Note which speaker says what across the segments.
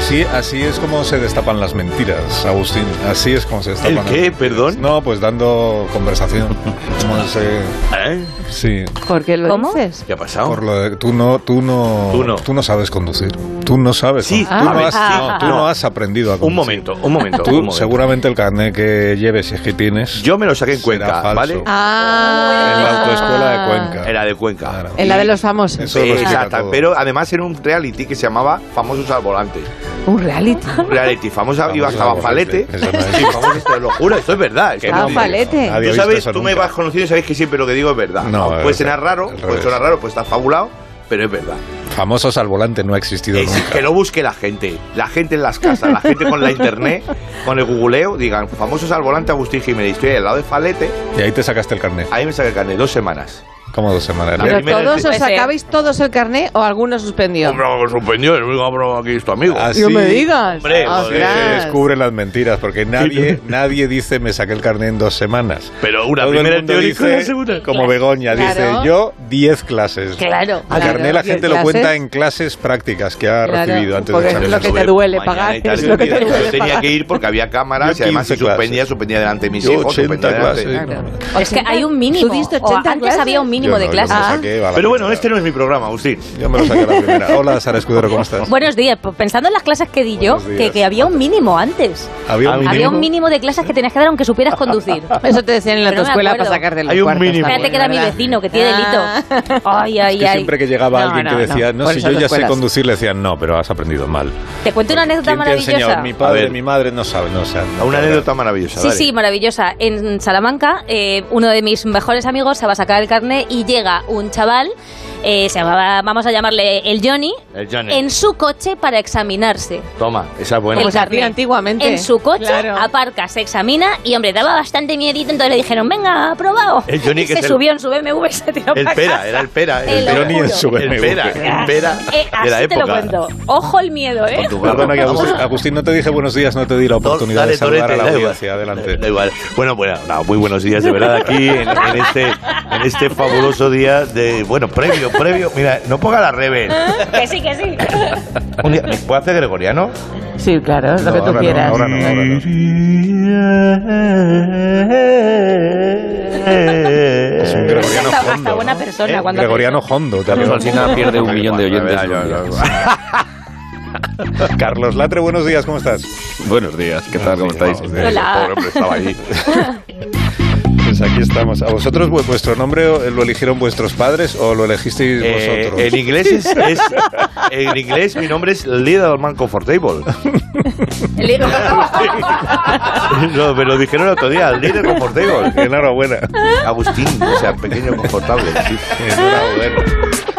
Speaker 1: Así, así es como se destapan las mentiras, Agustín. Así es como se destapan.
Speaker 2: ¿El qué? ¿Perdón?
Speaker 1: No, pues dando conversación. Como se-
Speaker 2: ¿Eh?
Speaker 1: sí,
Speaker 3: ¿Por qué lo
Speaker 4: ¿Cómo?
Speaker 3: dices?
Speaker 2: ¿Qué ha pasado?
Speaker 1: por lo de- tú no, tú no,
Speaker 2: Tú no.
Speaker 1: sabes conducir. Tú no sabes.
Speaker 2: Sí,
Speaker 1: tú,
Speaker 2: ah,
Speaker 1: no has,
Speaker 2: ah,
Speaker 1: no, tú
Speaker 2: ah,
Speaker 1: no
Speaker 2: ah.
Speaker 1: has aprendido a conducir.
Speaker 2: Un momento, un momento.
Speaker 1: Tú
Speaker 2: un momento.
Speaker 1: seguramente el carnet que lleves, si es que tienes,
Speaker 2: Yo me lo saqué en
Speaker 1: será
Speaker 2: Cuenca,
Speaker 1: falso.
Speaker 2: ¿vale?
Speaker 3: Ah.
Speaker 1: en la autoescuela de Cuenca.
Speaker 2: Era de Cuenca.
Speaker 1: Claro.
Speaker 3: En la de los famosos.
Speaker 1: Eso lo explica
Speaker 2: Exacto,
Speaker 1: todo.
Speaker 2: pero además era un reality que se llamaba Famosos al Volante.
Speaker 3: Un reality.
Speaker 2: Un Reality, famosa,
Speaker 1: Famosos
Speaker 2: ibas a
Speaker 1: al Volante,
Speaker 2: Banfalete.
Speaker 1: eso no es.
Speaker 2: Sí, famosos, te lo juro, esto es verdad. es que
Speaker 3: Ah,
Speaker 2: no
Speaker 3: un
Speaker 2: digo.
Speaker 1: Nadie
Speaker 3: palete.
Speaker 1: ha
Speaker 2: Tú
Speaker 1: visto
Speaker 2: sabes,
Speaker 1: eso
Speaker 2: tú me
Speaker 1: nunca.
Speaker 2: vas conociendo y sabes que siempre lo que digo es verdad.
Speaker 1: No,
Speaker 2: puede
Speaker 1: es
Speaker 2: sonar
Speaker 1: verdad,
Speaker 2: raro,
Speaker 1: al
Speaker 2: puede
Speaker 1: revés.
Speaker 2: sonar raro, pues está fabulado, pero es verdad.
Speaker 1: Famosos al volante no ha existido
Speaker 2: Es
Speaker 1: nunca.
Speaker 2: que lo busque la gente, la gente en las casas, la gente con la internet, con el googleo, digan, famosos al volante Agustín Jiménez, estoy ahí al lado de Falete,
Speaker 1: Y ahí te sacaste el carnet.
Speaker 2: ahí me saca el carnet, dos semanas.
Speaker 1: Como dos semanas.
Speaker 2: Pero
Speaker 3: ¿Pero
Speaker 2: primero
Speaker 3: todos
Speaker 2: el-
Speaker 3: os
Speaker 4: Puede ser.
Speaker 3: sacabais todos el carnet o alguno suspendió?
Speaker 2: Hombre, que suspendió, el único broma "Ah, aquí es tu amigo.
Speaker 1: Así-
Speaker 3: no me digas. Ah,
Speaker 2: Hombre,
Speaker 3: Ostras.
Speaker 1: Ah, se descubren las mentiras, porque nadie, nadie dice me saqué el carnet en dos semanas.
Speaker 2: Pero una
Speaker 1: Todo el
Speaker 2: primera en
Speaker 1: mundo
Speaker 2: teoría y una
Speaker 1: dice,
Speaker 2: segunda.
Speaker 1: Como Begoña,
Speaker 3: Claro.
Speaker 1: dice yo 10 clases.
Speaker 4: Claro.
Speaker 1: El
Speaker 3: Claro,
Speaker 1: carnet la
Speaker 3: ¿diez
Speaker 1: gente lo
Speaker 3: clases?
Speaker 1: cuenta en clases prácticas que ha
Speaker 3: Claro,
Speaker 1: recibido antes
Speaker 3: porque
Speaker 1: de
Speaker 3: es
Speaker 1: salir.
Speaker 3: lo que te
Speaker 2: Estuve
Speaker 3: duele
Speaker 2: mañana
Speaker 3: pagar,
Speaker 2: y tarde,
Speaker 3: es lo que te
Speaker 2: yo
Speaker 3: duele
Speaker 2: tenía
Speaker 3: pagar.
Speaker 2: que ir porque había cámaras y
Speaker 1: Yo
Speaker 2: además si
Speaker 1: 15 clases.
Speaker 2: suspendía, suspendía delante de mis
Speaker 1: Yo
Speaker 2: hijos.
Speaker 1: 80
Speaker 2: suspendía delante
Speaker 1: clases.
Speaker 2: de-
Speaker 3: Claro.
Speaker 4: Es que hay un mínimo.
Speaker 3: Tú diste
Speaker 4: O
Speaker 3: 80
Speaker 4: antes
Speaker 3: clases.
Speaker 4: había un mínimo
Speaker 1: Yo no, yo
Speaker 4: de
Speaker 1: me
Speaker 4: clases. Ah.
Speaker 3: Ah.
Speaker 1: saqué a la
Speaker 2: Pero bueno,
Speaker 1: primera.
Speaker 2: este no es mi programa, Agustín.
Speaker 1: Yo me lo saqué a la primera. Hola, Sara Escudero, ¿cómo estás?
Speaker 4: Buenos días. Pues Pensando en las clases que di yo,
Speaker 1: Buenos días.
Speaker 4: que, que había un mínimo antes.
Speaker 1: Había un
Speaker 2: Había
Speaker 4: Había un
Speaker 1: mínimo.
Speaker 4: mínimo de clases que tenías que dar aunque supieras conducir.
Speaker 3: Eso te decían en la
Speaker 4: Pero no me
Speaker 3: autoescuela
Speaker 4: acuerdo.
Speaker 3: para sacarte los
Speaker 2: Hay un
Speaker 3: cuartos
Speaker 2: mínimo.
Speaker 3: también,
Speaker 4: Espérate que era mi
Speaker 3: ¿verdad?
Speaker 4: vecino, que tiene
Speaker 3: Ah.
Speaker 4: delito. Ay, ay,
Speaker 1: Es que
Speaker 4: ay.
Speaker 1: siempre que llegaba
Speaker 3: No,
Speaker 1: alguien
Speaker 3: no,
Speaker 1: que
Speaker 3: no.
Speaker 1: decía, no,
Speaker 3: Por
Speaker 1: si
Speaker 3: eso
Speaker 1: yo
Speaker 3: te
Speaker 1: ya sé
Speaker 3: escuelas.
Speaker 1: conducir, le decían, no, pero has aprendido mal.
Speaker 4: Te cuento una anécdota
Speaker 1: ¿Quién te ha enseñado?
Speaker 4: maravillosa.
Speaker 1: Mi padre,
Speaker 2: ver.
Speaker 1: mi madre, no sabe, no sabe.
Speaker 2: Una anécdota maravillosa.
Speaker 4: Sí,
Speaker 2: dale.
Speaker 4: sí, maravillosa. En Salamanca, eh, uno de mis mejores amigos se va a sacar el carnet y llega un chaval, eh, se llamaba, vamos a llamarle el Johnny,
Speaker 2: El Johnny.
Speaker 4: en su coche para examinarse.
Speaker 2: Toma, esa es buena.
Speaker 3: Como
Speaker 4: El
Speaker 3: se
Speaker 4: carnet.
Speaker 3: hacía Pues antiguamente.
Speaker 4: En su coche,
Speaker 3: Claro.
Speaker 4: aparca, se examina y, hombre, daba bastante miedito, entonces le dijeron, venga, aprobado.
Speaker 2: El Eh, Johnny
Speaker 4: y
Speaker 2: que
Speaker 4: se
Speaker 2: es el-
Speaker 4: subió en su BMW y se tiró
Speaker 2: El
Speaker 4: para
Speaker 2: pera,
Speaker 4: casa.
Speaker 2: era el pera.
Speaker 4: Te lo
Speaker 2: pera.
Speaker 1: Johnny en su
Speaker 2: El
Speaker 1: BMW.
Speaker 2: pera, el pera
Speaker 4: Eh,
Speaker 2: de
Speaker 4: así
Speaker 2: la
Speaker 4: te lo
Speaker 2: época.
Speaker 4: cuento. Ojo el miedo, ¿eh?
Speaker 2: Con tu barba.
Speaker 1: Perdona que Agustín, Agustín, no te dije buenos días, no te di la oportunidad
Speaker 2: Dale,
Speaker 1: de saludar
Speaker 2: Torete,
Speaker 1: a la
Speaker 2: da igual.
Speaker 1: audiencia. Adelante.
Speaker 2: Da igual. Bueno, bueno, no, muy buenos días, de verdad, aquí en, en este, en este fabuloso día de, bueno, previo, previo. Mira, no ponga la rebel.
Speaker 4: Que sí, que sí.
Speaker 2: Un día- ¿Me puede hacer gregoriano?
Speaker 3: Sí, claro, es lo
Speaker 1: No,
Speaker 3: que tú
Speaker 1: ahora no,
Speaker 3: quieras.
Speaker 1: ahora no, ahora no.
Speaker 2: Es
Speaker 1: un Gregoriano
Speaker 4: Hasta-
Speaker 1: Hondo,
Speaker 4: Hasta buena
Speaker 1: ¿no?
Speaker 4: persona.
Speaker 2: ¿Eh?
Speaker 4: cuando
Speaker 1: Gregoriano Hondo. te
Speaker 5: Carlos
Speaker 1: hablo.
Speaker 5: Alsina pierde un millón de oyentes.
Speaker 2: Ay, ay, ay,
Speaker 1: Carlos Latre, buenos días, ¿cómo estás?
Speaker 5: Buenos días, ¿qué tal? ¿Cómo estáis?
Speaker 1: Buenos días.
Speaker 4: Hola.
Speaker 2: Pobre hombre, estaba allí.
Speaker 1: Pues aquí estamos. ¿A vosotros vu- vuestro nombre o- lo eligieron vuestros padres o lo elegisteis
Speaker 2: Eh,
Speaker 1: vosotros?
Speaker 2: en inglés es, es- en inglés mi nombre es Little Man Comfortable. No, me lo dijeron el otro día, Little Comfortable.
Speaker 1: Enhorabuena.
Speaker 2: Agustín, o sea, pequeño confortable. sí.
Speaker 1: Enhorabuena.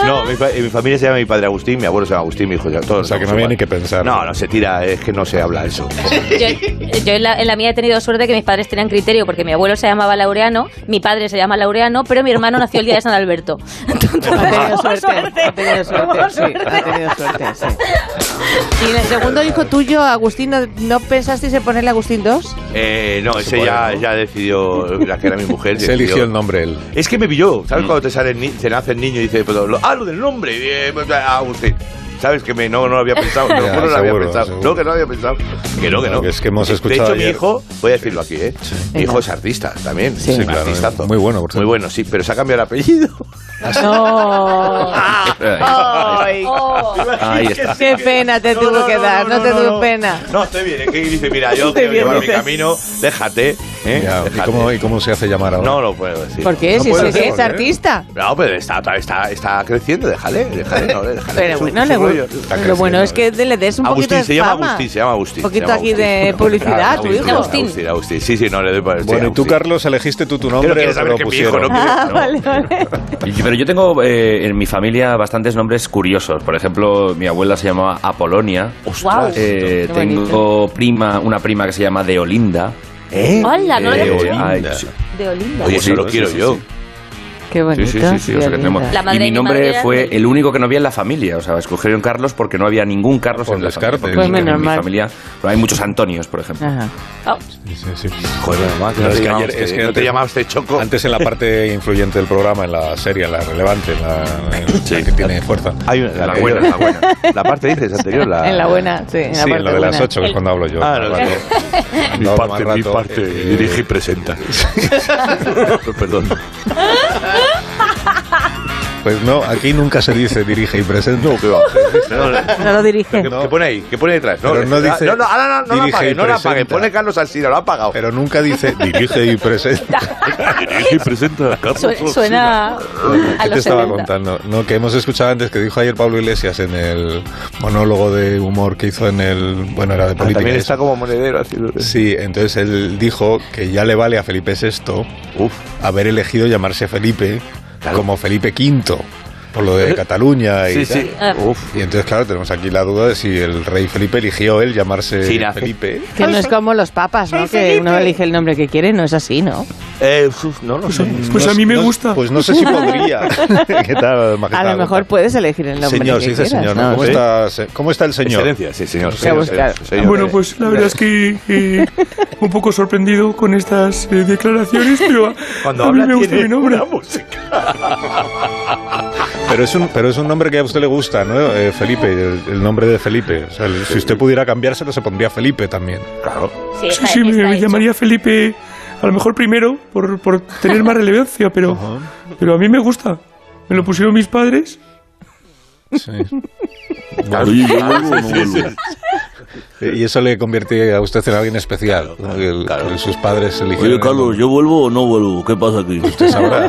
Speaker 2: No, mi, fa- eh, mi familia se llama mi padre Agustín, mi abuelo se llama Agustín, mi hijo se llama todos.
Speaker 1: O sea, que no
Speaker 2: somos
Speaker 1: había ni
Speaker 2: iguales.
Speaker 1: que pensar.
Speaker 2: No, no se tira, es que no se habla eso.
Speaker 4: Yo, yo en, la, en la mía he tenido suerte que mis padres tenían criterio porque mi abuelo se llamaba Laureano, mi padre se llama Laureano, pero mi hermano nació el día de San Alberto. Entonces,
Speaker 3: Ha tenido
Speaker 4: tuvimos
Speaker 3: suerte, ha tenido suerte,
Speaker 4: tuvimos
Speaker 3: sí, ha
Speaker 4: suerte.
Speaker 3: tenido suerte, sí. Y en el segundo hijo tuyo, Agustín, ¿no, no pensasteis en ponerle Agustín 2?
Speaker 2: Eh, no, ese
Speaker 1: puede,
Speaker 2: ya,
Speaker 1: ¿no?
Speaker 2: ya decidió, la que era mi mujer.
Speaker 1: Se
Speaker 2: decidió-
Speaker 1: eligió el nombre él. Mm.
Speaker 2: Es que me pilló, ¿sabes? Cuando te, sale el ni- te nace el niño y dice, pero lo- ah, lo del nombre, eh, pues, ah, Agustín. ¿Sabes? Que me, no, no lo había pensado, te lo
Speaker 1: Ya,
Speaker 2: juro, no lo había
Speaker 1: seguro,
Speaker 2: pensado.
Speaker 1: seguro.
Speaker 2: No, que no lo había pensado. Que no, que no.
Speaker 1: No, que es que hemos escuchado
Speaker 2: De hecho, mi
Speaker 1: ayer-
Speaker 2: hijo, voy a decirlo aquí, ¿eh? Mi hijo es artista también.
Speaker 3: Sí,
Speaker 2: es un
Speaker 1: claro,
Speaker 2: artistazo.
Speaker 1: muy bueno, por cierto.
Speaker 2: Muy bueno, sí, pero se ha cambiado el apellido.
Speaker 3: No. Ay,
Speaker 4: Oh,
Speaker 5: Ahí está.
Speaker 3: qué pena te tuvo que dar, no, te tuvo pena.
Speaker 2: No, estoy bien. Es que dice, mira, yo
Speaker 3: Estoy
Speaker 2: quiero
Speaker 3: bien,
Speaker 2: llevar mi
Speaker 3: dices.
Speaker 2: camino, déjate. ¿eh?
Speaker 1: Ya, ¿y,
Speaker 2: déjate.
Speaker 1: cómo, y cómo se hace llamar ahora?
Speaker 2: No lo puedo decir.
Speaker 3: ¿Por qué?
Speaker 1: No
Speaker 3: si
Speaker 1: puede
Speaker 3: si- si
Speaker 1: ser,
Speaker 3: es
Speaker 1: ¿eh?
Speaker 3: artista.
Speaker 2: No, pero está, está, está creciendo, déjale, déjale, no, déjale.
Speaker 3: Pero
Speaker 2: Su-
Speaker 3: bueno,
Speaker 2: su
Speaker 3: le-
Speaker 2: rollo.
Speaker 3: lo bueno
Speaker 1: creciendo,
Speaker 3: es que le des un poquito
Speaker 2: Agustín,
Speaker 3: de
Speaker 2: se llama
Speaker 3: fama.
Speaker 2: Agustín, se llama Agustín.
Speaker 3: Un poquito
Speaker 2: se llama
Speaker 3: aquí de
Speaker 2: Agustín.
Speaker 3: publicidad a tu
Speaker 2: Agustín,
Speaker 3: hijo.
Speaker 4: Agustín.
Speaker 2: Agustín, Agustín. Sí, sí, no le doy para
Speaker 1: Bueno, ¿y tú, Carlos, elegiste tú tu nombre
Speaker 2: Pero quieres
Speaker 1: o te
Speaker 2: saber
Speaker 1: lo
Speaker 2: que mi hijo no
Speaker 1: pusieron?
Speaker 2: quiere.
Speaker 3: Ah,
Speaker 2: No.
Speaker 3: vale, vale.
Speaker 5: Y- Pero yo tengo eh, en mi familia bastantes nombres curiosos. Por ejemplo, mi abuela se llamaba Apolonia.
Speaker 2: Ah,
Speaker 4: wow.
Speaker 5: Eh,
Speaker 3: Qué
Speaker 5: tengo prima, una prima que se llama Deolinda.
Speaker 2: ¿Eh?
Speaker 4: Hola, no lo
Speaker 5: Eh,
Speaker 4: había escuchado.
Speaker 5: ay,
Speaker 2: Deolinda.
Speaker 4: De Olinda.
Speaker 2: Oye,
Speaker 5: Sí,
Speaker 2: eso lo
Speaker 5: sí,
Speaker 2: quiero
Speaker 5: sí,
Speaker 2: yo.
Speaker 5: sí.
Speaker 3: Qué bonito.
Speaker 5: Sí, sí, sí, sí, o sea que
Speaker 3: Violeta.
Speaker 5: tenemos-
Speaker 4: La madre
Speaker 5: y mi
Speaker 4: de mi
Speaker 5: nombre
Speaker 4: madre era
Speaker 5: fue
Speaker 4: del-
Speaker 5: el único que no había en la familia. O sea, escogieron Carlos porque no había ningún Carlos
Speaker 1: Por
Speaker 5: en la
Speaker 1: descarte.
Speaker 5: familia. porque
Speaker 3: Pues
Speaker 5: en mi-
Speaker 3: menos
Speaker 5: en mi
Speaker 3: mal.
Speaker 5: familia pero hay muchos Antonios, por ejemplo.
Speaker 3: Ajá.
Speaker 4: Oh,
Speaker 3: Ah.
Speaker 2: Joder, mamá, que no,
Speaker 1: Es
Speaker 2: te
Speaker 1: que
Speaker 2: llamaba
Speaker 1: ayer-
Speaker 2: usted-
Speaker 1: es que
Speaker 2: no te
Speaker 1: antes-
Speaker 2: llamaba usted Choco.
Speaker 1: Antes en la parte influyente del programa, en la serie, en la relevante, en la, en la que tiene fuerza.
Speaker 2: Hay una-
Speaker 5: La
Speaker 2: anterior.
Speaker 5: buena, la buena.
Speaker 2: Ah, La parte dices anterior, la...
Speaker 3: En la buena, sí. En la
Speaker 1: sí,
Speaker 3: parte
Speaker 1: en la de las
Speaker 3: buena.
Speaker 1: 8, que es cuando hablo yo.
Speaker 2: Ah, no,
Speaker 1: Rato.
Speaker 2: Mi
Speaker 1: No,
Speaker 2: parte,
Speaker 1: más
Speaker 2: mi
Speaker 1: rato,
Speaker 2: parte,
Speaker 1: eh,
Speaker 2: dirige y presenta. Perdón.
Speaker 1: Pues no, aquí nunca se dice dirige y presenta.
Speaker 2: No, que va. No, no,
Speaker 3: No lo dirige.
Speaker 1: No.
Speaker 2: ¿Qué pone ahí? ¿Qué pone detrás?
Speaker 1: Pero no dice-
Speaker 2: no, no, ahora no, no la
Speaker 1: dirige
Speaker 2: apague,
Speaker 1: y
Speaker 2: no la apague.
Speaker 1: presenta.
Speaker 2: Pone Carlos Alsina, lo ha apagado.
Speaker 1: Pero nunca dice dirige y presenta.
Speaker 2: Dirige y presenta Carlos
Speaker 4: su- suena a
Speaker 1: ¿Qué te
Speaker 4: los
Speaker 1: estaba
Speaker 4: 70.
Speaker 1: contando? No, que hemos escuchado antes que dijo ayer Pablo Iglesias en el monólogo de humor que hizo en el. Bueno, era de política.
Speaker 2: Ah, También
Speaker 1: y
Speaker 2: está
Speaker 1: eso.
Speaker 2: como monedero haciendo...
Speaker 1: Sí, entonces él dijo que ya le vale a Felipe VI
Speaker 2: Uf.
Speaker 1: haber elegido llamarse Felipe
Speaker 2: Claro.
Speaker 1: como Felipe V, por lo de Cataluña y
Speaker 2: Sí, sí.
Speaker 1: tal.
Speaker 4: Ah.
Speaker 2: Uf.
Speaker 1: Y entonces, claro, tenemos aquí la duda de si el rey Felipe eligió él llamarse
Speaker 2: Sí, nace.
Speaker 1: Felipe.
Speaker 3: Que no es como los papas, ¿no? Que uno elige el nombre que quiere, no es así, ¿no?
Speaker 2: Eh, uf, no lo sé.
Speaker 1: Pues a mí me gusta. Pues no sé si podría. ¿Qué tal, majestad?
Speaker 3: A lo mejor puedes elegir el nombre
Speaker 1: Señor,
Speaker 3: que
Speaker 1: se dice
Speaker 3: quieras,
Speaker 1: señor, ¿no? ¿Cómo,
Speaker 3: Sí.
Speaker 1: está, se- ¿Cómo está el señor?
Speaker 2: Excelencia, sí, señor.
Speaker 3: Voy a buscar.
Speaker 1: eh,
Speaker 6: Bueno, pues la verdad es que eh, un poco sorprendido con estas eh, declaraciones, pero a-
Speaker 2: Cuando
Speaker 6: a mí
Speaker 2: habla
Speaker 6: me gusta
Speaker 2: tiene
Speaker 6: mi nombre.
Speaker 2: una música.
Speaker 1: Pero es, un, pero es un nombre que a usted le gusta, ¿no? Eh, Felipe, el, el nombre de Felipe. O sea, el- si usted pudiera cambiárselo, se pondría Felipe también.
Speaker 2: Claro.
Speaker 4: Sí,
Speaker 6: Sí,
Speaker 4: está-
Speaker 6: sí,
Speaker 4: está
Speaker 6: me
Speaker 4: hecho.
Speaker 6: llamaría Felipe, a lo mejor primero, por, por tener más relevancia, pero, pero a mí me gusta. Me lo pusieron mis padres.
Speaker 1: Sí. Eh, Y eso le convierte a usted en alguien especial. ¿no? Que el- que sus padres eligieron.
Speaker 7: Oye, Carlos, ¿yo vuelvo o no vuelvo? ¿Qué pasa aquí?
Speaker 1: Usted sabrá.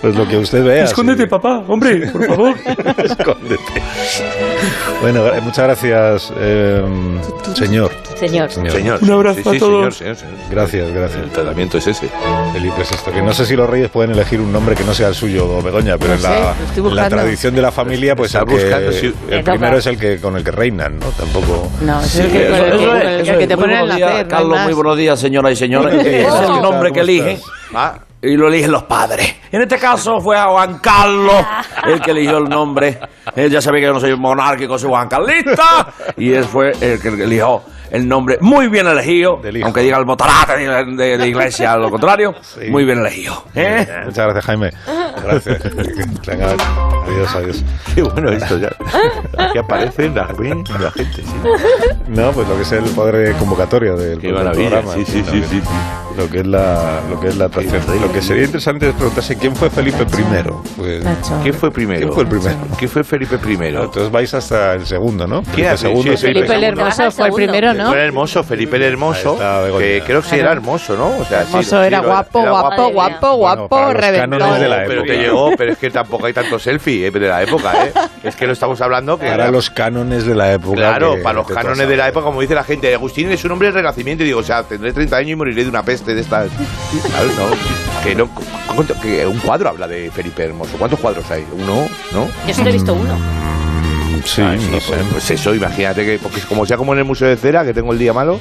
Speaker 1: pues lo que usted vea.
Speaker 6: Escóndete,
Speaker 1: sí.
Speaker 6: papá, hombre, por favor.
Speaker 1: Escóndete. Bueno, gra- muchas gracias, em, señor.
Speaker 4: Señor.
Speaker 1: Señor.
Speaker 2: Señor.
Speaker 6: Un abrazo
Speaker 2: sí, sí,
Speaker 6: a todos.
Speaker 2: Señor, señor, señor.
Speaker 1: Gracias, gracias.
Speaker 2: El tratamiento es ese.
Speaker 1: Felipe es esto. Que no sé si los reyes pueden elegir un nombre que no sea el suyo, Begoña, pero
Speaker 3: No
Speaker 1: en,
Speaker 3: sé,
Speaker 1: la,
Speaker 3: lo estoy
Speaker 1: en la
Speaker 3: buscando.
Speaker 1: tradición de la familia, pues
Speaker 2: Está
Speaker 1: el, que-
Speaker 2: buscando si-
Speaker 1: el
Speaker 4: Me
Speaker 1: primero
Speaker 4: toca.
Speaker 1: es el que con el que reinan, ¿no? Tampoco.
Speaker 3: No, es el que, con el que- con el que te ponen el nacer, no hay
Speaker 7: Carlos,
Speaker 3: más.
Speaker 7: muy buenos días, señoras y señores. Ese es
Speaker 1: ¿Cómo
Speaker 7: el nombre que
Speaker 1: estás?
Speaker 7: eligen
Speaker 2: Ah,
Speaker 7: y lo eligen los padres. En este caso fue a Juan Carlos el que eligió el nombre. Él ya sabía que yo no soy monárquico, soy Juan Carlista. Y él fue el que eligió el nombre muy bien elegido.
Speaker 1: Del hijo.
Speaker 7: Aunque diga el motarate de, de la iglesia, lo contrario.
Speaker 1: Sí.
Speaker 7: Muy bien elegido. ¿eh?
Speaker 1: Muchas gracias, Jaime. Gracias. Venga, adiós, adiós.
Speaker 2: qué bueno esto ya. Aquí aparecen las ruinas de la gente. Sí.
Speaker 1: No, pues lo que es el poder de convocatoria del
Speaker 2: Qué
Speaker 1: del
Speaker 2: maravilla,
Speaker 1: programa.
Speaker 2: sí, sí,
Speaker 1: también.
Speaker 2: sí, sí,
Speaker 1: Lo que es la, lo que es la atracción. Lo que sería interesante es preguntarse quién fue Felipe I. Pues,
Speaker 3: Nacho.
Speaker 2: ¿Quién fue primero?
Speaker 1: ¿Quién fue el primero?
Speaker 2: ¿Quién fue Felipe primero?
Speaker 1: entonces vais hasta el segundo, ¿no? Felipe
Speaker 2: hace?
Speaker 1: II,
Speaker 2: Sí,
Speaker 3: Felipe el
Speaker 2: segundo.
Speaker 4: Baja
Speaker 3: Hermoso
Speaker 4: el
Speaker 3: fue el
Speaker 4: segundo.
Speaker 3: primero, ¿no?
Speaker 2: Fue el hermoso, Felipe el hermoso.
Speaker 1: Ahí está, Begoña.
Speaker 2: que creo que sí era
Speaker 3: Claro.
Speaker 2: hermoso, ¿no? O sea, sí,
Speaker 3: Hermoso
Speaker 2: sí,
Speaker 3: era
Speaker 2: lo
Speaker 3: guapo,
Speaker 2: era
Speaker 4: Madre
Speaker 3: guapo,
Speaker 4: mía.
Speaker 3: guapo,
Speaker 1: Bueno, para
Speaker 3: guapo,
Speaker 1: los cánones
Speaker 3: reventó.
Speaker 1: de la
Speaker 2: pero
Speaker 1: época.
Speaker 2: que llegó, pero es que tampoco hay tanto selfie eh, de la época, ¿eh? Es que lo estamos hablando que
Speaker 1: Para
Speaker 2: era-
Speaker 1: los cánones de la época.
Speaker 2: Claro,
Speaker 1: que-
Speaker 2: para los
Speaker 1: que todos
Speaker 2: cánones de la
Speaker 1: saben.
Speaker 2: época, como dice la gente, Agustín es un hombre del renacimiento. Y digo, o sea, tendré 30 años y moriré de una peste de estas. Claro, no. Que, no cuánto- que un cuadro habla de Felipe Hermoso. ¿Cuántos cuadros hay? ¿Uno? ¿No?
Speaker 4: Yo solo he visto uno.
Speaker 1: Sí,
Speaker 2: Ah,
Speaker 1: no
Speaker 2: pues,
Speaker 1: sé.
Speaker 2: pues eso, imagínate que, porque como sea como en el Museo de Cera, que tengo el día malo.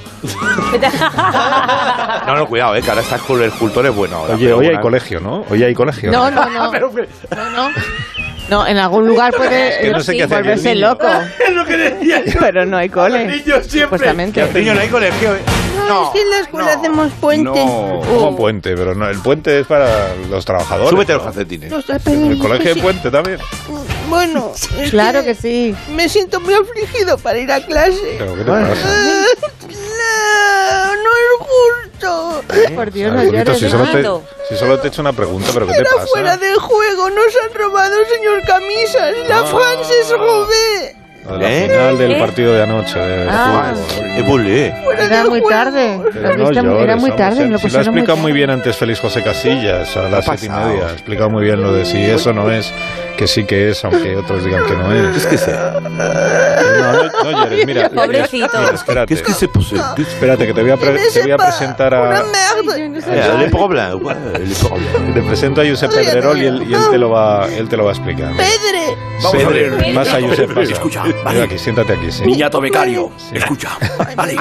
Speaker 2: No, no, cuidado, eh, que ahora estás con el escultor es bueno. Ahora,
Speaker 1: Oye,
Speaker 2: pero
Speaker 1: hoy hay
Speaker 2: bueno,
Speaker 1: colegio, ¿no? Hoy hay colegio. ¿eh?
Speaker 3: No, no, no.
Speaker 2: Pero que-
Speaker 3: No, no. No, en algún lugar puede
Speaker 1: que no sé
Speaker 3: sí,
Speaker 1: qué hace
Speaker 3: volverse
Speaker 1: el niño.
Speaker 3: loco.
Speaker 2: Es lo que decía yo.
Speaker 3: Pero no hay
Speaker 2: Los
Speaker 3: cole.
Speaker 2: niños siempre.
Speaker 3: Supuestamente.
Speaker 2: Los niños no hay colegio. eh. No.
Speaker 3: la escuela hacemos puentes.
Speaker 5: No.
Speaker 8: Oh,
Speaker 1: Como puente, pero no, el puente es para los trabajadores.
Speaker 2: Súbete eh. los
Speaker 1: ¿no?
Speaker 2: calcetines.
Speaker 1: El colegio de puente también.
Speaker 8: Bueno, es
Speaker 3: Claro que sí.
Speaker 8: me siento muy afligido para ir a clase.
Speaker 1: Pero, ¿qué te pasa?
Speaker 8: Ah, No, no es justo.
Speaker 1: Eh,
Speaker 3: Por Dios, no
Speaker 1: Alfredito,
Speaker 3: llores.
Speaker 1: si, solo te,
Speaker 4: Fernando.
Speaker 1: si solo te he hecho una pregunta, ¿pero qué te
Speaker 8: Era
Speaker 1: pasa?
Speaker 8: fuera de juego, nos han robado, señor Camisas. La Frances Robé.
Speaker 1: A La
Speaker 2: ¿Eh?
Speaker 1: final del
Speaker 4: ¿Eh?
Speaker 1: partido de anoche. de
Speaker 3: Ah.
Speaker 1: fútbol.
Speaker 2: Es bullying.
Speaker 3: Era muy tarde.
Speaker 1: Pero no
Speaker 3: Lo viste muy- era
Speaker 1: llores,
Speaker 3: muy
Speaker 1: hombre,
Speaker 3: tarde.
Speaker 1: si-
Speaker 3: me Lo
Speaker 1: si lo ha
Speaker 3: pusieron muy
Speaker 1: explicado muy
Speaker 3: tarde.
Speaker 1: bien antes Félix José Casillas, a las
Speaker 2: Ha
Speaker 1: siete y
Speaker 2: pasado.
Speaker 1: media. Ha explicado muy bien lo de si eso no es, que sí que es, aunque otros digan que no es. Es que No, no, no llores, mira.
Speaker 4: Pobrecito.
Speaker 1: Mira, espérate.
Speaker 2: Qu'est-ce qui s'est passé
Speaker 1: Espérate, que te voy a, pre-
Speaker 8: Je
Speaker 1: te voy
Speaker 8: sais
Speaker 1: a
Speaker 8: pas,
Speaker 1: presentar
Speaker 8: Una
Speaker 1: a...
Speaker 8: merde.
Speaker 9: Eh,
Speaker 2: Elle est pour blanc. ouais, Elle est pour blanc.
Speaker 1: Te presento a Josep Pedrerol y él, y él te lo va, él te lo va a explicar.
Speaker 8: Pedre.
Speaker 1: Pedre, más a Josep. pasa.
Speaker 7: Escucha,
Speaker 1: Ven aquí, siéntate aquí, sí.
Speaker 7: Niñato becario,
Speaker 1: Sí.
Speaker 7: escucha. Vale,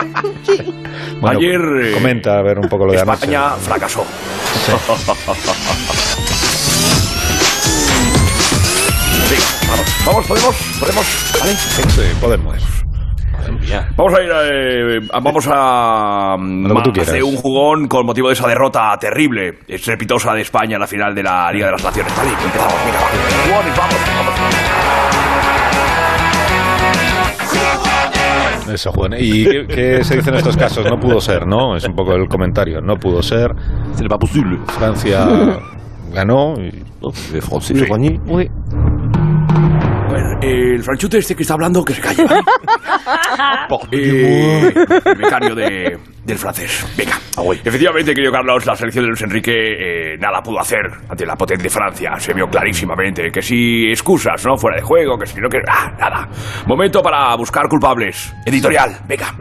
Speaker 1: Bueno,
Speaker 7: Ayer, eh,
Speaker 1: Comenta a ver un poco lo de anoche.
Speaker 7: España fracasó. Sí, vamos, vamos, podemos, podemos, ¿vale?
Speaker 1: Sí, podemos.
Speaker 7: Vamos a ir a, eh, a- vamos a mm,
Speaker 1: Lo que tú quieras.
Speaker 7: hacer un jugón con motivo de esa derrota terrible, estrepitosa de España en la final de la Liga de las Naciones. Vale, empezamos, mira, va. Jugones, vamos, vamos.
Speaker 1: Eso, Juan. ¿Y qué, qué se dice en estos casos? No pudo ser, ¿no? Es un poco el comentario. No pudo ser.
Speaker 7: C'est pas possible.
Speaker 1: Francia ganó. y-
Speaker 7: Le français, le gagné.
Speaker 3: Uy.
Speaker 7: Bueno, el franchute este que está hablando, que se calle. ¿vale? Eh, el becario de, del francés. Venga, voy. Efectivamente, querido Carlos, la selección de Luis Enrique eh, nada pudo hacer ante la potente Francia. Se vio clarísimamente que si excusas, ¿no? Fuera de juego, que si no, que. Ah, nada. Momento para buscar culpables. Editorial, venga.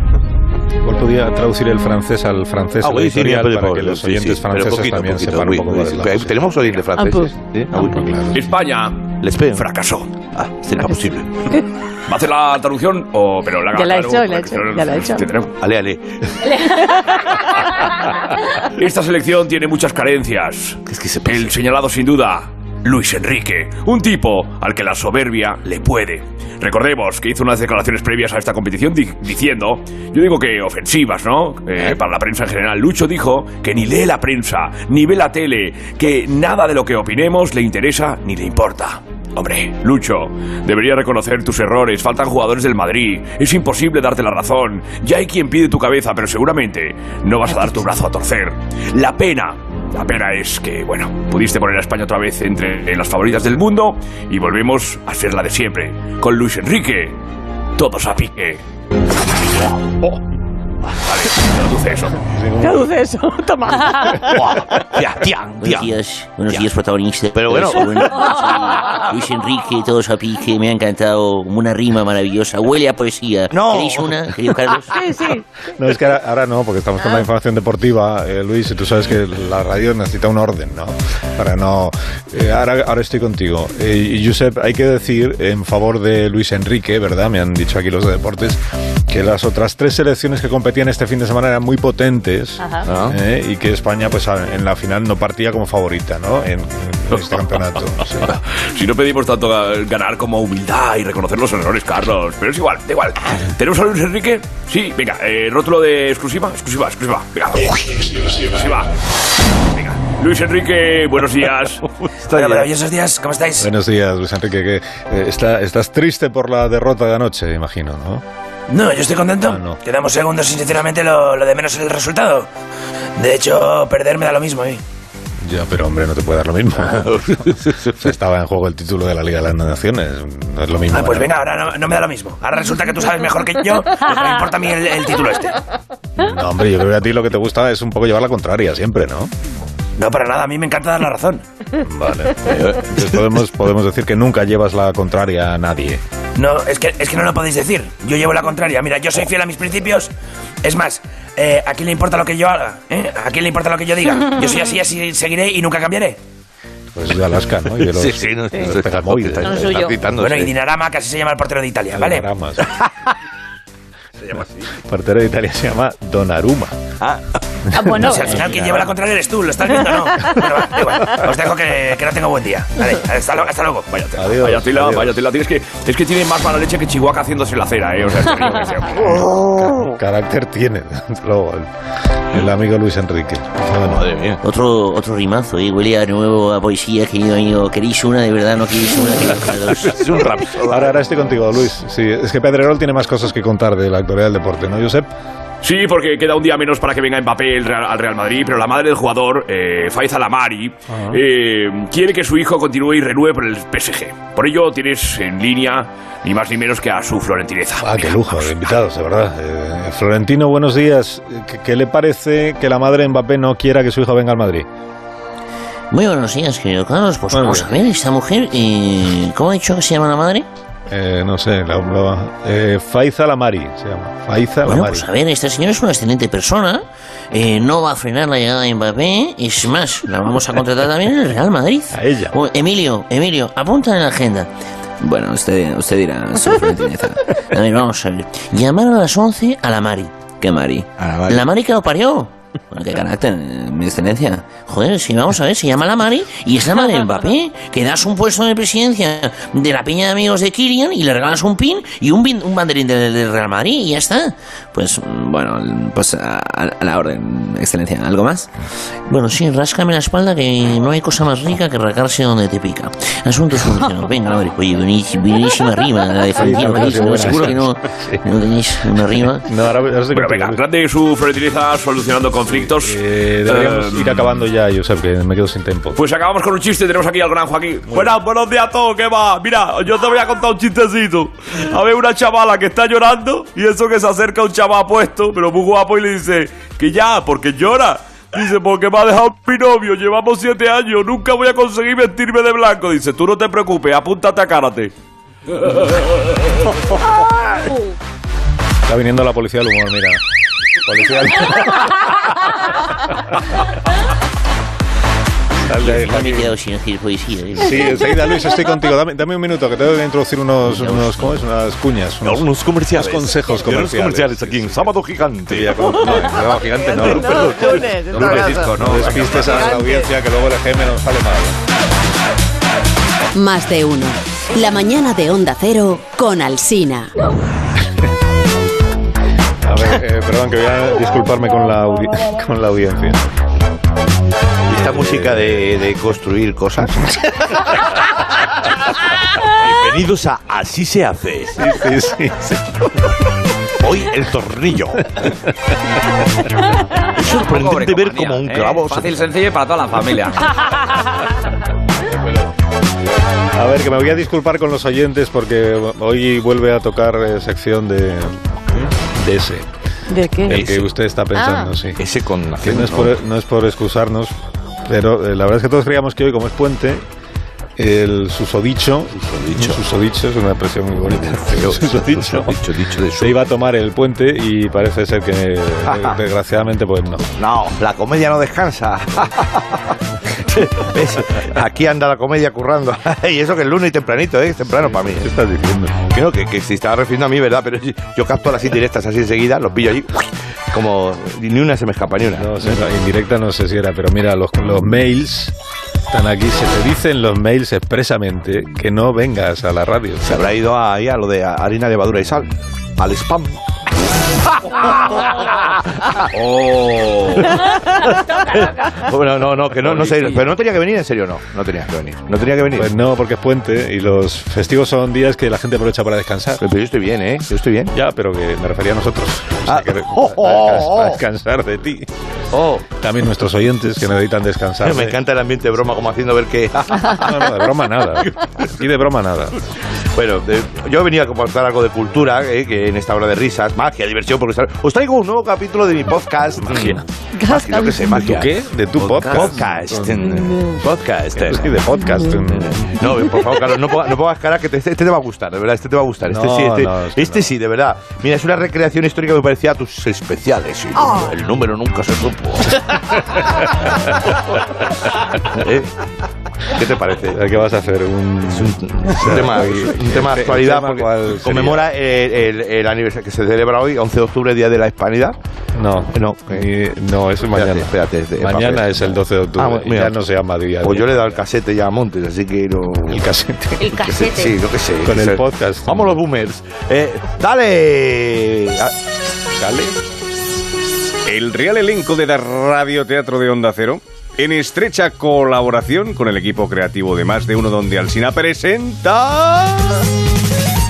Speaker 1: ¿Cuál podía traducir el francés al francés
Speaker 2: Ah,
Speaker 1: el
Speaker 2: oui, sí, bien,
Speaker 1: editorial
Speaker 2: pero
Speaker 1: para
Speaker 2: por-
Speaker 1: que los
Speaker 2: sí, sí,
Speaker 1: oyentes
Speaker 2: pero
Speaker 1: franceses
Speaker 2: poquito,
Speaker 1: también
Speaker 2: poquito,
Speaker 1: sepan
Speaker 2: oui,
Speaker 1: un poco
Speaker 2: oui,
Speaker 1: de la
Speaker 2: sí. Tenemos oyentes franceses. ¿eh? Ah, oui.
Speaker 7: España
Speaker 2: Les peo.
Speaker 7: fracasó.
Speaker 2: Ah, c'est pas possible.
Speaker 7: ¿Va a hacer la traducción? O, pero la
Speaker 3: Ya la he
Speaker 7: claro,
Speaker 3: hecho, la he
Speaker 7: para que
Speaker 3: hecho,
Speaker 7: no-
Speaker 3: ya la he hecho.
Speaker 7: tendremos-
Speaker 2: Ale, ale.
Speaker 7: Esta selección tiene muchas carencias. El señalado sin duda, Luis Enrique, un tipo al que la soberbia le puede. Recordemos que hizo unas declaraciones previas a esta competición di- diciendo, yo digo que ofensivas, ¿no? Eh, Para la prensa en general. Lucho dijo que ni lee la prensa, ni ve la tele, que nada de lo que opinemos le interesa ni le importa. Hombre, Lucho, deberías reconocer tus errores. Faltan jugadores del Madrid. Es imposible darte la razón. Ya hay quien pide tu cabeza, pero seguramente no vas a dar tu brazo a torcer. La pena. La pena es que, bueno, pudiste poner a España otra vez entre en las favoritas del mundo y volvemos a ser la de siempre. Con Luis Enrique, todos a pique. Oh. Vale, traduce eso.
Speaker 8: Traduce eso, toma.
Speaker 2: Tía, tía, tía.
Speaker 10: Buenos días, buenos días protagonistas.
Speaker 2: Pero bueno.
Speaker 10: Soy Luis Enrique, todos a pique, me ha encantado una rima maravillosa, huele a poesía.
Speaker 2: No.
Speaker 10: ¿Queréis una, querido Carlos?
Speaker 3: Sí, sí.
Speaker 1: No, es que ahora, ahora no, porque estamos con la información deportiva, eh, Luis, y tú sabes que la radio necesita un orden, ¿no? Para no... eh, ahora, ahora estoy contigo. Eh, y, Josep, hay que decir en favor de Luis Enrique, ¿verdad? Me han dicho aquí los de deportes, que las otras tres selecciones que competían este fin de semana eran muy potentes
Speaker 2: Ajá.
Speaker 1: ¿eh? y que España, pues a- en la final no partía como favorita, ¿no? En, en este campeonato. sí.
Speaker 7: Si no pedimos tanto ga- ganar como humildad y reconocer los errores, Carlos. Pero es igual, da igual. ¿Tenemos a Luis Enrique? Sí, venga, eh, rótulo de exclusiva, exclusiva, exclusiva. Venga, exclusiva. Venga, Luis Enrique, buenos días.
Speaker 2: Hola, maravilloso.
Speaker 7: maravillosos días, ¿cómo estáis?
Speaker 1: Buenos días, Luis Enrique. Que, eh, está- estás triste por la derrota de anoche, imagino, ¿no?
Speaker 11: No, yo estoy contento.
Speaker 1: Ah, no.
Speaker 11: Quedamos segundos y sinceramente lo, lo de menos es el resultado. De hecho, perder me da lo mismo a mí.
Speaker 1: Ya, pero hombre, no te puede dar lo mismo. O sea, estaba en juego el título de la Liga de las Naciones. No es lo mismo.
Speaker 11: Ah, pues
Speaker 1: ganar.
Speaker 11: venga, ahora no, no me da lo mismo. Ahora resulta que tú sabes mejor que yo lo que me importa a mí el, el título este.
Speaker 1: No, hombre, yo creo que a ti lo que te gusta es un poco llevar la contraria siempre, ¿no?
Speaker 11: No, para nada, a mí me encanta dar la razón.
Speaker 1: Vale. Entonces Eh, pues podemos, podemos decir que nunca llevas la contraria a nadie.
Speaker 11: No, es que, es que no lo podéis decir. Yo llevo la contraria. Mira, yo soy fiel a mis principios. Es más, eh, ¿a quién le importa lo que yo haga? ¿Eh? ¿A quién le importa lo que yo diga? Yo soy así, así seguiré y nunca cambiaré.
Speaker 1: Pues de Alaska, ¿no? Y de los,
Speaker 2: Sí, sí, no,
Speaker 1: de los
Speaker 2: está-
Speaker 1: pegamoides,
Speaker 2: está-
Speaker 1: ¿no?
Speaker 2: está
Speaker 4: suyo.
Speaker 2: gritando,
Speaker 11: bueno,
Speaker 2: sí.
Speaker 11: y Dinarama, que así se llama el portero de Italia, ¿vale?
Speaker 1: Dioramas. Partero de Italia se llama Donaruma.
Speaker 4: Ah, bueno,
Speaker 11: No, si al final quien lleva la contraria eres tú, lo estás viendo, ¿no. Bueno, va, da igual. Os dejo que, que no tengo buen día. Vale, hasta, luego- hasta luego. Vaya tela.
Speaker 1: Adiós.
Speaker 7: Vaya tela,
Speaker 1: adiós.
Speaker 7: vaya tela. Tienes que, es que tiene más mala leche que Chihuahua haciéndose la cera, ¿eh? O sea, es que yo qué sé.
Speaker 1: Carácter tiene, desde luego, el, el amigo Luis Enrique. Bueno,
Speaker 2: Madre mía.
Speaker 10: Otro, otro rimazo, ¿eh? huele a nuevo a poesía, querido amigo. ¿Queréis una? De verdad, no queréis una, querido Carlos.
Speaker 2: Es un rap.
Speaker 1: Ahora, ahora estoy contigo, Luis. Sí, es que Pedrerol tiene más cosas que contar de la actualidad del deporte, ¿no, Josep?
Speaker 7: Sí, porque queda un día menos para que venga Mbappé el Real- al Real Madrid, pero la madre del jugador, eh, Faiza Lamari, eh, quiere que su hijo continúe y renueve por el PSG. Por ello tienes en línea ni más ni menos que a su Florentineza.
Speaker 1: Ah, qué
Speaker 7: Mira,
Speaker 1: lujo de invitados, de verdad. Eh, Florentino, buenos días. ¿Qué, qué le parece que la madre de Mbappé no quiera que su hijo venga al Madrid?
Speaker 10: Muy buenos días, querido Carlos. Pues
Speaker 1: Muy
Speaker 10: vamos
Speaker 1: bien.
Speaker 10: a ver, esta mujer, eh, ¿cómo ha dicho que se llama la madre?
Speaker 1: Eh, no sé, la, la- eh, Faiza Lamari se llama. Faiza
Speaker 10: Bueno,
Speaker 1: Lamari.
Speaker 10: pues a ver, esta señora es una excelente persona, eh, no va a frenar la llegada de Mbappé, es más, la vamos a contratar también en el Real Madrid.
Speaker 1: A ella.
Speaker 10: Oh, Emilio, Emilio, apunta en la agenda. Bueno, usted, usted
Speaker 6: Pues
Speaker 10: dirá, señor Florentineza. A ver, vamos a ver. Llamaron a las 11 a la Mari. ¿Qué Mari? La Mari que lo parió. Bueno, qué carácter, eh, mi excelencia. Joder, si vamos a ver, se llama la Mari y es la madre de Mbappé, que das un puesto de presidencia de la piña de amigos de Kylian y le regalas un pin y un, bin- un banderín del del Real Madrid y ya está. Pues mm, bueno, pues a, a la orden, excelencia. ¿Algo más? Bueno, sí, ráscame la espalda que no hay cosa más rica que rascarse donde te pica. Asunto solucionado. Venga, la Mari. Oye, buenísima, buenísima rima, la de
Speaker 1: Sí,
Speaker 10: Florentino Pérez,
Speaker 1: sí,
Speaker 10: ¿no?
Speaker 1: buenas.
Speaker 10: Seguro que no, no tenéis una rima.
Speaker 1: No, ahora, ahora sí que
Speaker 5: Pero
Speaker 1: te-
Speaker 5: venga, grande y su fertilidad solucionando conflictos.
Speaker 1: Eh, deberíamos
Speaker 5: Eh,
Speaker 1: ir acabando ya, Josep, que me quedo sin tiempo.
Speaker 5: Pues acabamos con un chiste, tenemos aquí al gran Joaquín. Buenas, buenos días a todos, ¿qué va? Mira, yo te voy a contar un chistecito. A ver, una chavala que está llorando y eso que se acerca un chaval puesto, pero muy guapo, y le dice, que ya, porque llora. Dice, porque me ha dejado mi novio, llevamos siete años, nunca voy a conseguir vestirme de blanco. Dice, tú no te preocupes, apúntate a karate.
Speaker 1: Está viniendo la policía del humor, mira. Policía del Sal de ahí,
Speaker 10: Me he
Speaker 1: Joaquín.
Speaker 10: quedado sin decir poesía. ¿eh?
Speaker 1: Sí, enseguida, Luis, estoy contigo. Dame, dame un minuto, que tengo que introducir unos, unos, ¿cómo es? unas cuñas. Unos,
Speaker 2: Unos comerciales.
Speaker 1: unos consejos
Speaker 2: Unos
Speaker 1: comerciales.
Speaker 2: comerciales aquí en Sábado Gigante.
Speaker 1: Ya, como- no, no, gigante, no.
Speaker 2: No,
Speaker 1: No
Speaker 3: lunes,
Speaker 2: no, Francisco, no.
Speaker 1: despistes a la audiencia, que luego el EGM nos sale mal.
Speaker 12: Más de uno. La mañana de Onda Cero con Alsina.
Speaker 1: A ver, eh, perdón, que voy a disculparme con la, audi- con la audiencia.
Speaker 2: Esta música de, de construir cosas. Bienvenidos a Así se hace.
Speaker 1: Sí, sí, sí. sí.
Speaker 2: Hoy el tornillo. es sorprendente ver como un clavo. se-
Speaker 7: ¿eh? Fácil, sencillo y para toda la familia.
Speaker 1: A ver, que me voy a disculpar con los oyentes porque hoy vuelve a tocar eh, sección de, de ese,
Speaker 3: ¿De qué?
Speaker 1: el que usted está pensando, sí.
Speaker 2: Ese con
Speaker 1: Que no, es por, no es por excusarnos, pero eh, la verdad es que todos creíamos que hoy, como es puente, el susodicho, susodicho, susodicho es una expresión muy bonita,
Speaker 2: Pero
Speaker 1: susodicho,
Speaker 2: dicho, dicho de
Speaker 1: se
Speaker 2: su.
Speaker 1: iba a tomar el puente y parece ser que, eh, desgraciadamente, pues no.
Speaker 2: No, la comedia no descansa. ¿Ves? Aquí anda la comedia currando. y eso que el lunes tempranito, ¿eh? Temprano para mí.
Speaker 1: ¿Qué estás diciendo?
Speaker 2: Creo que, que se estaba refiriendo a mí, ¿verdad? Pero yo, yo capto las indirectas así enseguida, los pillo ahí. Como ni una se me escapa, ni una.
Speaker 1: No, sé, la indirecta no sé si era, pero mira, los, los mails están aquí. Se te dicen los mails expresamente que no vengas a la radio.
Speaker 2: Se habrá ido ahí a lo de harina, levadura y sal. Al spam. Oh. Bueno, no, no, que no, no sé. Pero no tenía que venir, en serio, no. No tenía que venir. No tenía que venir.
Speaker 1: Pues no, porque es puente y los festivos son días que la gente aprovecha para descansar.
Speaker 2: Pero yo estoy bien, ¿eh? Yo estoy bien.
Speaker 1: Ya, pero que me refería a nosotros. O sea,
Speaker 2: Ah.
Speaker 1: que de-
Speaker 2: Oh, oh, oh.
Speaker 1: para descansar de ti.
Speaker 2: Oh,
Speaker 1: También nuestros oyentes que necesitan descansar.
Speaker 2: me encanta el ambiente de broma, como haciendo ver que.
Speaker 1: No, no, de broma nada. Y de broma nada.
Speaker 2: Bueno, de- yo venía a compartir algo de cultura, eh, que en esta hora de risas, magia, diversión, porque está- os traigo un nuevo capítulo de mi podcast. Magia. magia yo qué sé, magia.
Speaker 1: ¿Qué? ¿De tu podcast?
Speaker 2: Podcast. mm, Podcast.
Speaker 1: Sí, de podcast. mm.
Speaker 2: No, eh, por favor, Carlos, no pongas, no pongas cara que te- este, te va a gustar, de verdad, este te va a gustar. Este
Speaker 1: No,
Speaker 2: sí, este,
Speaker 1: no, es que
Speaker 2: este
Speaker 1: no.
Speaker 2: sí, de verdad. Mira, es una recreación histórica que me parecía a tus especiales. y El número nunca se supo. ¿Eh? ¿Qué te parece?
Speaker 1: ¿Qué vas a hacer? Un,
Speaker 2: un tema, un tema de actualidad
Speaker 1: tema
Speaker 2: porque
Speaker 1: cuál sería?
Speaker 2: conmemora el, el- el aniversario que se celebra hoy, 11 de octubre, Día de la Hispanidad.
Speaker 1: No,
Speaker 2: No.
Speaker 1: Eh, no, eso es
Speaker 2: Espérate,
Speaker 1: mañana.
Speaker 2: espérate, espérate.
Speaker 1: mañana es el 12 de octubre.
Speaker 2: Ah, bueno,
Speaker 1: y
Speaker 2: mira.
Speaker 1: ya no se llama día.
Speaker 2: Pues yo le he dado el casete ya a Montes, así que no.
Speaker 1: el casete.
Speaker 4: El
Speaker 2: que sé-
Speaker 4: casete.
Speaker 2: Sí, lo que sé.
Speaker 1: Con
Speaker 2: que
Speaker 1: el
Speaker 2: sé.
Speaker 1: podcast.
Speaker 2: Vamos los boomers. Eh, ¡Dale! Ah,
Speaker 1: ¿Sale?
Speaker 13: Eh, El Real Elenco de la Radio Teatro de Onda Cero, en estrecha colaboración con el equipo creativo de Más de Uno, donde Alsina presenta.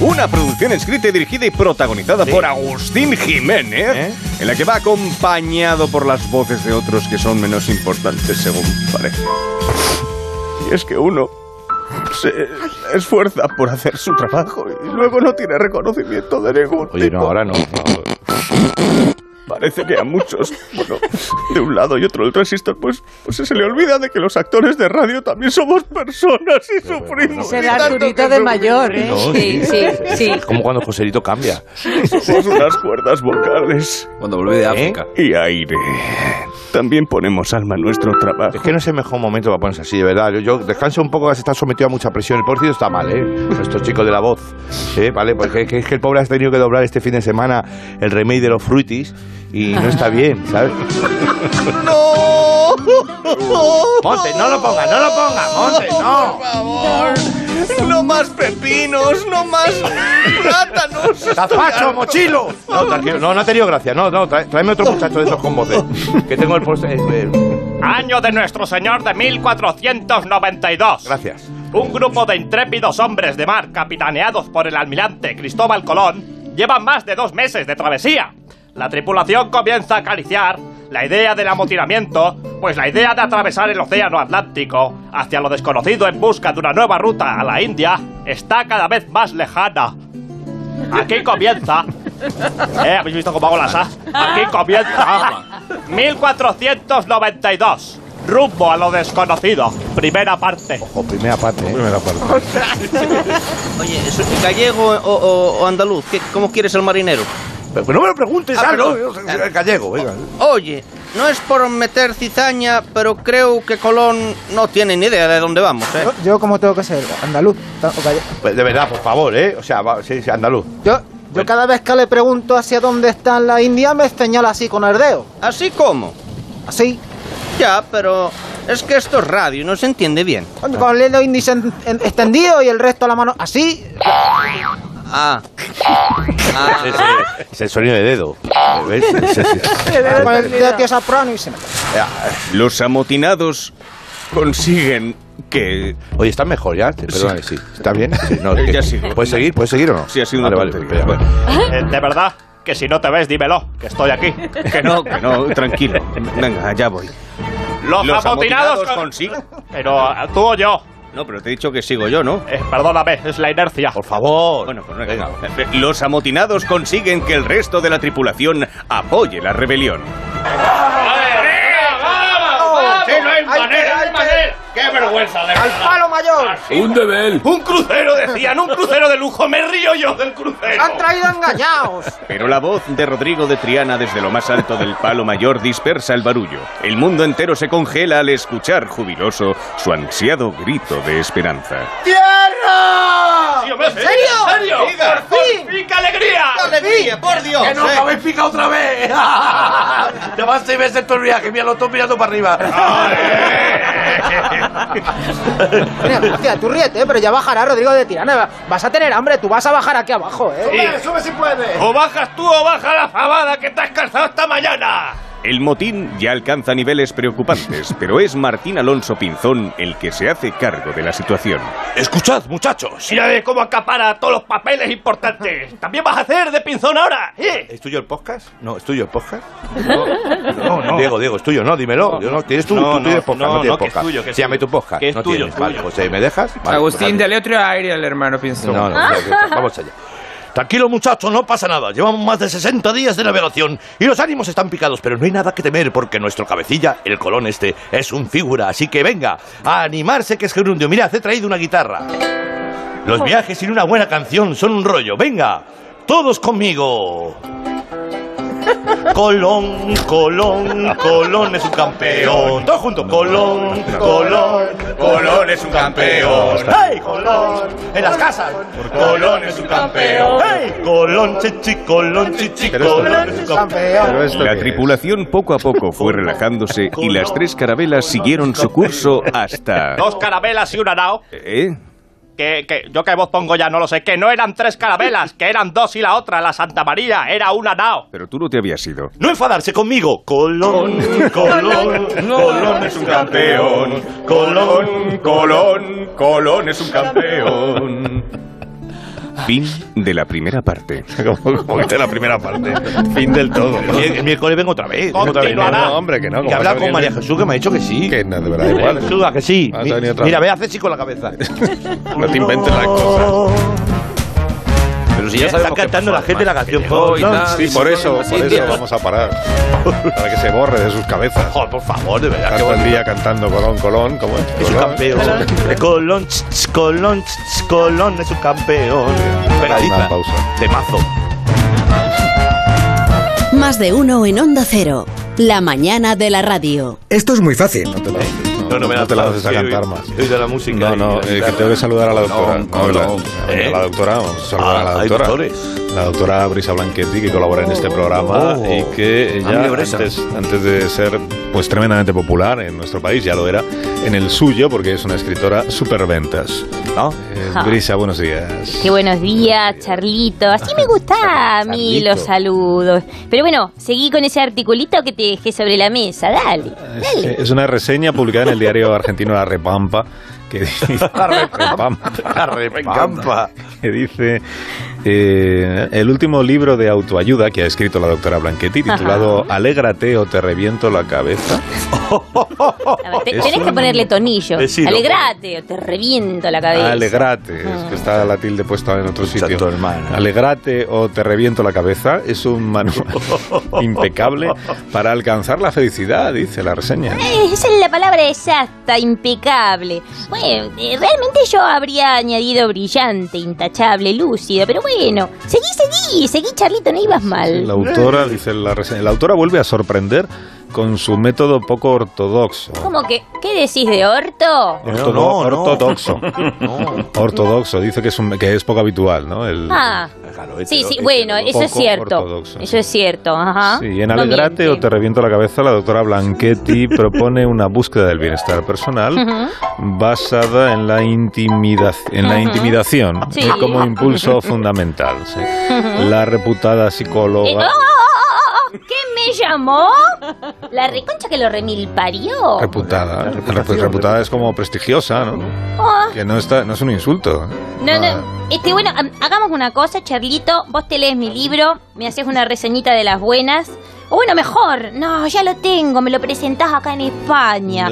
Speaker 13: Una producción escrita y dirigida y protagonizada por Agustín Jiménez,
Speaker 2: ¿Eh?
Speaker 13: en la que va acompañado por las voces de otros que son menos importantes, según parece. Y es que uno se esfuerza por hacer su trabajo y luego no tiene reconocimiento de ningún
Speaker 2: Oye, no,
Speaker 13: tipo.
Speaker 2: ahora no. no.
Speaker 13: Parece que a muchos, bueno, de un lado y otro del transistor, pues, pues se le olvida de que los actores de radio también somos personas y sufrimos.
Speaker 3: Será Arturito de mayor, ¿eh?
Speaker 2: Es como cuando Joselito cambia.
Speaker 13: Somos unas cuerdas vocales.
Speaker 7: Cuando volví
Speaker 2: ¿Eh?
Speaker 7: de África.
Speaker 13: Y aire. También ponemos alma a nuestro trabajo.
Speaker 2: Es que no es el mejor momento para ponerse así, de verdad. Yo, yo descanso un poco, se está sometido a mucha presión. El pobrecito está mal, ¿eh? Nuestro chico de la voz. ¿eh? ¿Vale? Porque es que, es que el pobre ha tenido que doblar este fin de semana el remake de los fruitis y no está bien, ¿sabes?
Speaker 8: ¡No!
Speaker 2: Monte, no lo ponga, no lo ponga, Monte, no.
Speaker 8: Por favor. No más pepinos, no más plátanos.
Speaker 2: ¡Gazpacho, mochilo! No, tranquilo, no, no ha tenido gracia. No, no, trae- tráeme otro muchacho de esos con voces. Que tengo el post. eh, eh,
Speaker 14: Año de nuestro Señor de 1492.
Speaker 2: Gracias.
Speaker 14: Un grupo de intrépidos hombres de mar, capitaneados por el almirante Cristóbal Colón, llevan más de dos meses de travesía. La tripulación comienza a acariciar la idea del amotinamiento, pues la idea de atravesar el océano Atlántico hacia lo desconocido en busca de una nueva ruta a la India está cada vez más lejana. Aquí comienza. ¿Eh? ¿Habéis visto cómo hago las A? Aquí comienza. 1492. Rumbo a lo desconocido. Primera parte.
Speaker 2: O primera parte, ¿eh? Primera parte.
Speaker 15: Oye, ¿es gallego o, o- o andaluz? ¿Qué- ¿Cómo quieres el marinero?
Speaker 2: Pero no me lo preguntes,
Speaker 15: Ah,
Speaker 2: hazlo.
Speaker 15: perdón.
Speaker 2: Yo soy gallego, venga.
Speaker 15: Oye, no es por meter cizaña, pero creo que Colón no tiene ni idea de dónde vamos, ¿eh?
Speaker 16: Yo, como tengo que ser andaluz. ta- o galle-
Speaker 2: Pues de verdad, por favor, ¿eh? O sea, va, sí, sí, andaluz.
Speaker 16: Yo, yo cada vez que le pregunto hacia dónde está la India, me señala así con el dedo.
Speaker 15: ¿Así cómo?
Speaker 16: Así.
Speaker 15: Ya, pero es que esto es radio, y no se entiende bien.
Speaker 16: Con con el dedo índice en- en- extendido y el resto de la mano así.
Speaker 15: Ah.
Speaker 13: 啊
Speaker 2: Ese- ese- Es el sonido de dedo. ¿Ves? Sí, sí.
Speaker 16: Con el dedo tío soprano y se me...
Speaker 13: Los amotinados consiguen que... Eh,
Speaker 2: Oye, ¿estás mejor ya? Perdóname, sí. ¿Está bien? Sí, no, es que-
Speaker 13: Ya sigo.
Speaker 2: ¿Puedes seguir? ¿Puedes seguir o no? Sí, ha sido una
Speaker 14: Eh, de verdad, que si no te ves, dímelo, que estoy aquí. Que no,
Speaker 13: que no, tranquilo. Venga, ya voy.
Speaker 14: Los,
Speaker 13: Los
Speaker 14: amotinados
Speaker 13: amotinados
Speaker 14: consiguen. Pero ¿a- tú o yo. Eh,
Speaker 13: No, pero te he dicho que sigo yo, ¿no?
Speaker 14: perdóname, es la inercia.
Speaker 2: Por favor.
Speaker 13: Bueno, pues venga. Los amotinados consiguen que el resto de la tripulación apoye la rebelión.
Speaker 14: Sí, no hay manera, hay manera. ¡Qué vergüenza! ¡Al palo mayor!
Speaker 7: Un deber.
Speaker 14: ¡Un crucero, decían! ¡Un crucero de lujo! ¡Me río yo del crucero!
Speaker 16: ¡Han traído engañados!
Speaker 13: Pero la voz de Rodrigo de Triana desde lo más alto del palo mayor dispersa el barullo. El mundo entero se congela al escuchar jubiloso su ansiado grito de esperanza.
Speaker 8: ¡Tierra!
Speaker 14: Sí, hombre, ¿En serio? ¿En serio? Diga.
Speaker 8: ¡Por fin!
Speaker 14: ¡Qué alegría!
Speaker 8: ¡Qué alegría, por Dios!
Speaker 7: ¡Que no,
Speaker 8: eh!
Speaker 7: que habéis picado otra vez! ¡Ya van seis veces todo el viaje! ¡Mira, lo estoy mirando para arriba!
Speaker 16: Mira, hostia, tú ríete, eh, pero ya bajará Rodrigo de Tirana. Vas a tener hambre, tú vas a bajar aquí abajo, ¿eh?
Speaker 14: ¡Sube si puedes! ¡O bajas tú o baja la fabada que te has calzado esta mañana!
Speaker 13: El motín ya alcanza niveles preocupantes, pero es Martín Alonso Pinzón el que se hace cargo de la situación.
Speaker 7: Escuchad, muchachos.
Speaker 14: Mira de cómo acapara todos los papeles importantes. ¿También vas a hacer de pinzón ahora? ¿eh?
Speaker 2: ¿Es tuyo el podcast? No, ¿es tuyo el podcast? No, no. Diego, Diego, es tuyo, no, dímelo. Yo no, tienes tú,
Speaker 17: No,
Speaker 2: tú
Speaker 17: no,
Speaker 2: tienes podcast,
Speaker 17: no,
Speaker 2: no, tienes
Speaker 17: no, que es
Speaker 2: podcast.
Speaker 17: tuyo, que es
Speaker 2: sí, llame tu podcast.
Speaker 17: Que es
Speaker 2: no
Speaker 17: tuyo,
Speaker 2: tienes,
Speaker 17: es tuyo.
Speaker 2: vale, José, ¿me dejas? Vale,
Speaker 6: Agustín,
Speaker 2: pues,
Speaker 6: dale otro aire al hermano Pinzón.
Speaker 2: No, no, no, vamos allá.
Speaker 17: Tranquilos muchachos, no pasa nada. Llevamos más de 60 días de navegación y los ánimos están picados, pero no hay nada que temer porque nuestro cabecilla, el colón este, es un figura. Así que venga, a animarse que es gerundio. Mirad, he traído una guitarra. Los viajes sin una buena canción son un rollo. Venga, todos conmigo. Colón, Colón, Colón es un campeón. Todos juntos. Colón, Colón, Colón es un campeón. ¡Hey, Colón! En las casas. Colón es un campeón. ¡Hey, Colón, chichi, Colón, chichi, Colón es un campeón!
Speaker 13: La tripulación poco a poco fue relajándose y las tres carabelas siguieron su curso hasta...
Speaker 14: Dos carabelas y un arao.
Speaker 13: ¿Eh?
Speaker 14: Que, que yo que voz pongo ya no lo sé. Que no eran tres carabelas, que eran dos y la otra, la Santa María, era un arao.
Speaker 13: Pero tú no te habías ido.
Speaker 17: No enfadarse conmigo. Colón, Colón, Colón es un campeón. Colón, Colón, Colón es un campeón.
Speaker 13: Fin de la primera parte.
Speaker 17: Como que la primera parte. Fin del todo. El, el miércoles vengo otra vez. vengo otra vez.
Speaker 1: Continuará. No, hombre, que no,
Speaker 17: Y
Speaker 1: como vas a
Speaker 17: hablar con
Speaker 1: venir-
Speaker 17: María Jesús, que me ha dicho que sí. Que
Speaker 1: no, de verdad, igual.
Speaker 17: Jesús, a que sí.
Speaker 1: Vas a
Speaker 17: Mi-
Speaker 1: venir otra
Speaker 17: Mira,
Speaker 1: vez.
Speaker 17: ve, hace sí con la cabeza.
Speaker 1: No te inventes las cosas.
Speaker 7: Pero
Speaker 17: Pero
Speaker 7: si ya
Speaker 17: Eh,
Speaker 7: sabemos
Speaker 17: está
Speaker 7: qué
Speaker 17: cantando
Speaker 7: pasó,
Speaker 17: la gente la
Speaker 7: además,
Speaker 17: canción
Speaker 7: que llegó
Speaker 17: folk,
Speaker 7: y
Speaker 17: ¿no?
Speaker 7: tal,
Speaker 1: Sí,
Speaker 7: y
Speaker 1: por
Speaker 7: se
Speaker 1: eso,
Speaker 7: fue
Speaker 1: por
Speaker 7: así,
Speaker 1: eso
Speaker 7: tío.
Speaker 1: vamos a parar. Para que se borre de sus cabezas.
Speaker 17: Joder, por favor, de verdad.
Speaker 1: Tanto el día cantando Colón, Colón, como es.
Speaker 17: Es un
Speaker 1: Colón.
Speaker 17: campeón. Eh, Colón, ch, ch, Colón, ch, ch, Colón es un campeón. Pegadita. Temazo.
Speaker 12: Más de uno en Onda Cero. La mañana de la radio.
Speaker 9: Esto es muy fácil.
Speaker 17: No, no me
Speaker 1: No te la haces a cantar más.
Speaker 17: de la música.
Speaker 1: No, no, eh, que tengo que saludar a la doctora. No, la-
Speaker 17: ¿Eh?
Speaker 1: A la doctora, vamos a saludar a la
Speaker 17: Ah, hay
Speaker 1: doctora.
Speaker 17: doctores.
Speaker 1: La doctora Brisa Blanchetti, que colabora en este programa
Speaker 17: Oh.
Speaker 1: y que ya
Speaker 17: Amiga Brisa.
Speaker 1: antes, antes de ser pues tremendamente popular en nuestro país, ya lo era, en el suyo, porque es una escritora superventas.
Speaker 17: Ah.
Speaker 1: ¿No?
Speaker 4: Ja.
Speaker 1: Brisa, buenos días.
Speaker 4: Qué buenos días, Charlito. Así me gusta a mí
Speaker 1: Charlito.
Speaker 4: los saludos. Pero bueno, seguí con ese articulito que te dejé sobre la mesa. Dale, dale.
Speaker 1: Eh, Es una reseña publicada en el diario argentino La Repampa. Que dice, la Repampa. Que dice eh, el último libro de autoayuda que ha escrito la doctora Blanchetti, titulado Alégrate o te reviento la cabeza.
Speaker 4: A ver, te-
Speaker 1: Es
Speaker 4: tenés que
Speaker 1: un-
Speaker 4: ponerle tonillo.
Speaker 1: Eh, sí, lo-
Speaker 4: Alegrate, o te reviento la cabeza.
Speaker 1: Alegrate, es Mm. que está la tilde puesta en otro sitio. Alegrate o te reviento la cabeza es un manual impecable para alcanzar la felicidad, dice la reseña.
Speaker 4: Eh, Esa es la palabra exacta, impecable. Bueno, eh, realmente yo habría añadido brillante, intachable, lúcido, pero bueno, seguí, seguí, seguí, Charlito, no ibas mal.
Speaker 1: La autora, dice la reseña, la autora vuelve a sorprender con su método poco ortodoxo.
Speaker 4: ¿Cómo que? ¿Qué decís de orto?
Speaker 1: Ortodo- ortodoxo. Ortodoxo, dice que es, un- que es poco habitual, ¿no? El,
Speaker 4: Ah,
Speaker 1: este
Speaker 4: sí, sí, bueno, eso es
Speaker 1: poco
Speaker 4: cierto.
Speaker 1: ortodoxo.
Speaker 4: Eso es cierto, ajá.
Speaker 1: Sí, en
Speaker 4: No
Speaker 1: Alegrate o te reviento la cabeza, la doctora Blanchetti propone una búsqueda del bienestar personal
Speaker 4: Ujú.
Speaker 1: basada en la, intimida- en la
Speaker 4: Ujú.
Speaker 1: intimidación
Speaker 4: Sí.
Speaker 1: eh, como impulso fundamental. sí.
Speaker 4: Ujú.
Speaker 1: La reputada
Speaker 4: Eh, oh,
Speaker 1: psicóloga...
Speaker 4: oh, oh, oh, oh, ¿Qué me llamó? La reconcha que lo remil parió.
Speaker 1: Reputada. Repu- Reputada es como prestigiosa, ¿no?
Speaker 4: Oh,
Speaker 1: Que no, está, no es un insulto.
Speaker 4: No, no. Este, bueno, am- hagamos una cosa, Charlito. Vos te lees mi libro, me haces una reseñita de las buenas. O bueno, mejor. No, ya lo tengo, me lo presentás acá en España.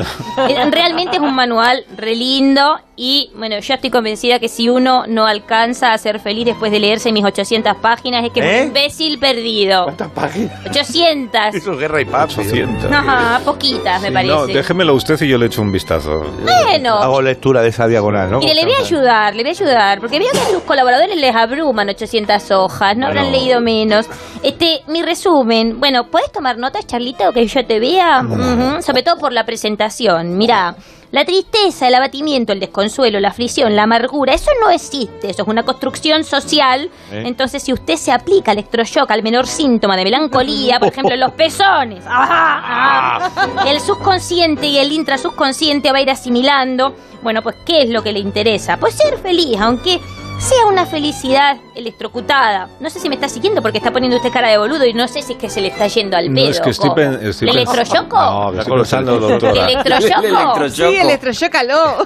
Speaker 4: Eh, Realmente es un manual re lindo y bueno, yo estoy convencida que si uno no alcanza a ser feliz después de leerse mis 800 páginas es que es
Speaker 17: ¿Eh?
Speaker 4: un imbécil perdido. ¿Cuántas páginas? 800.
Speaker 17: Eso es guerra y paz.
Speaker 1: 800.
Speaker 4: Ajá, Ah, poquitas me
Speaker 1: Sí,
Speaker 4: parece.
Speaker 1: No, déjemelo usted y yo le echo un vistazo.
Speaker 4: Bueno. Hago
Speaker 1: lectura de esa diagonal, ¿no?
Speaker 4: Mire, le voy a ayudar, le voy a ayudar, porque veo que a sus colaboradores les abruman 800 hojas, Ah, no habrán
Speaker 1: Bueno.
Speaker 4: leído menos. Este, mi resumen, bueno, ¿puedes tomar notas, Charlita, o que yo te vea? Ujú, Sobre todo por la presentación, mira. La tristeza, el abatimiento, el desconsuelo, la aflicción, la amargura, eso no existe, eso es una construcción social.
Speaker 18: ¿Eh?
Speaker 4: Entonces, si usted se aplica electroshock al menor síntoma de melancolía, por ejemplo, en los pezones, ¡ah! ¡ajá! El subconsciente y el intrasubconsciente va a ir asimilando. Bueno, pues, ¿qué es lo que le interesa? Pues ser feliz, aunque sea una felicidad electrocutada. No sé si me está siguiendo porque está poniendo usted cara de boludo y no sé si es que se le está yendo al
Speaker 1: No,
Speaker 4: pedo.
Speaker 1: es que estoy,
Speaker 4: ¿Cómo?
Speaker 1: pen- estoy Ah,
Speaker 4: ¿El
Speaker 1: pens-
Speaker 4: electrochoco?
Speaker 1: No, que estoy pensando, doctora.
Speaker 4: ¿Electrochoco? El electrochoco.
Speaker 3: Sí, electrochócalo.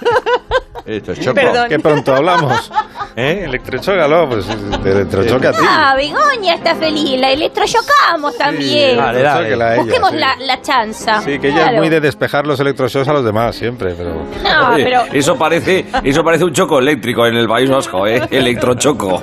Speaker 3: Perdón.
Speaker 1: Qué pronto hablamos. ¿Eh? Electrochócalo, pues te electrochoca a ti.
Speaker 4: Ah, Begoña está feliz. La electrochocamos también.
Speaker 1: Dale, dale. Electrocócala a ella,
Speaker 4: Busquemos
Speaker 1: sí.
Speaker 4: la, la chanza.
Speaker 1: Sí, que ella es
Speaker 4: Claro.
Speaker 1: muy de despejar los electroshocks a los demás siempre, pero...
Speaker 4: No,
Speaker 7: Oye,
Speaker 4: pero...
Speaker 7: eso, parece, eso parece un choco eléctrico en el País Vasco, ¿eh? Electrochoco.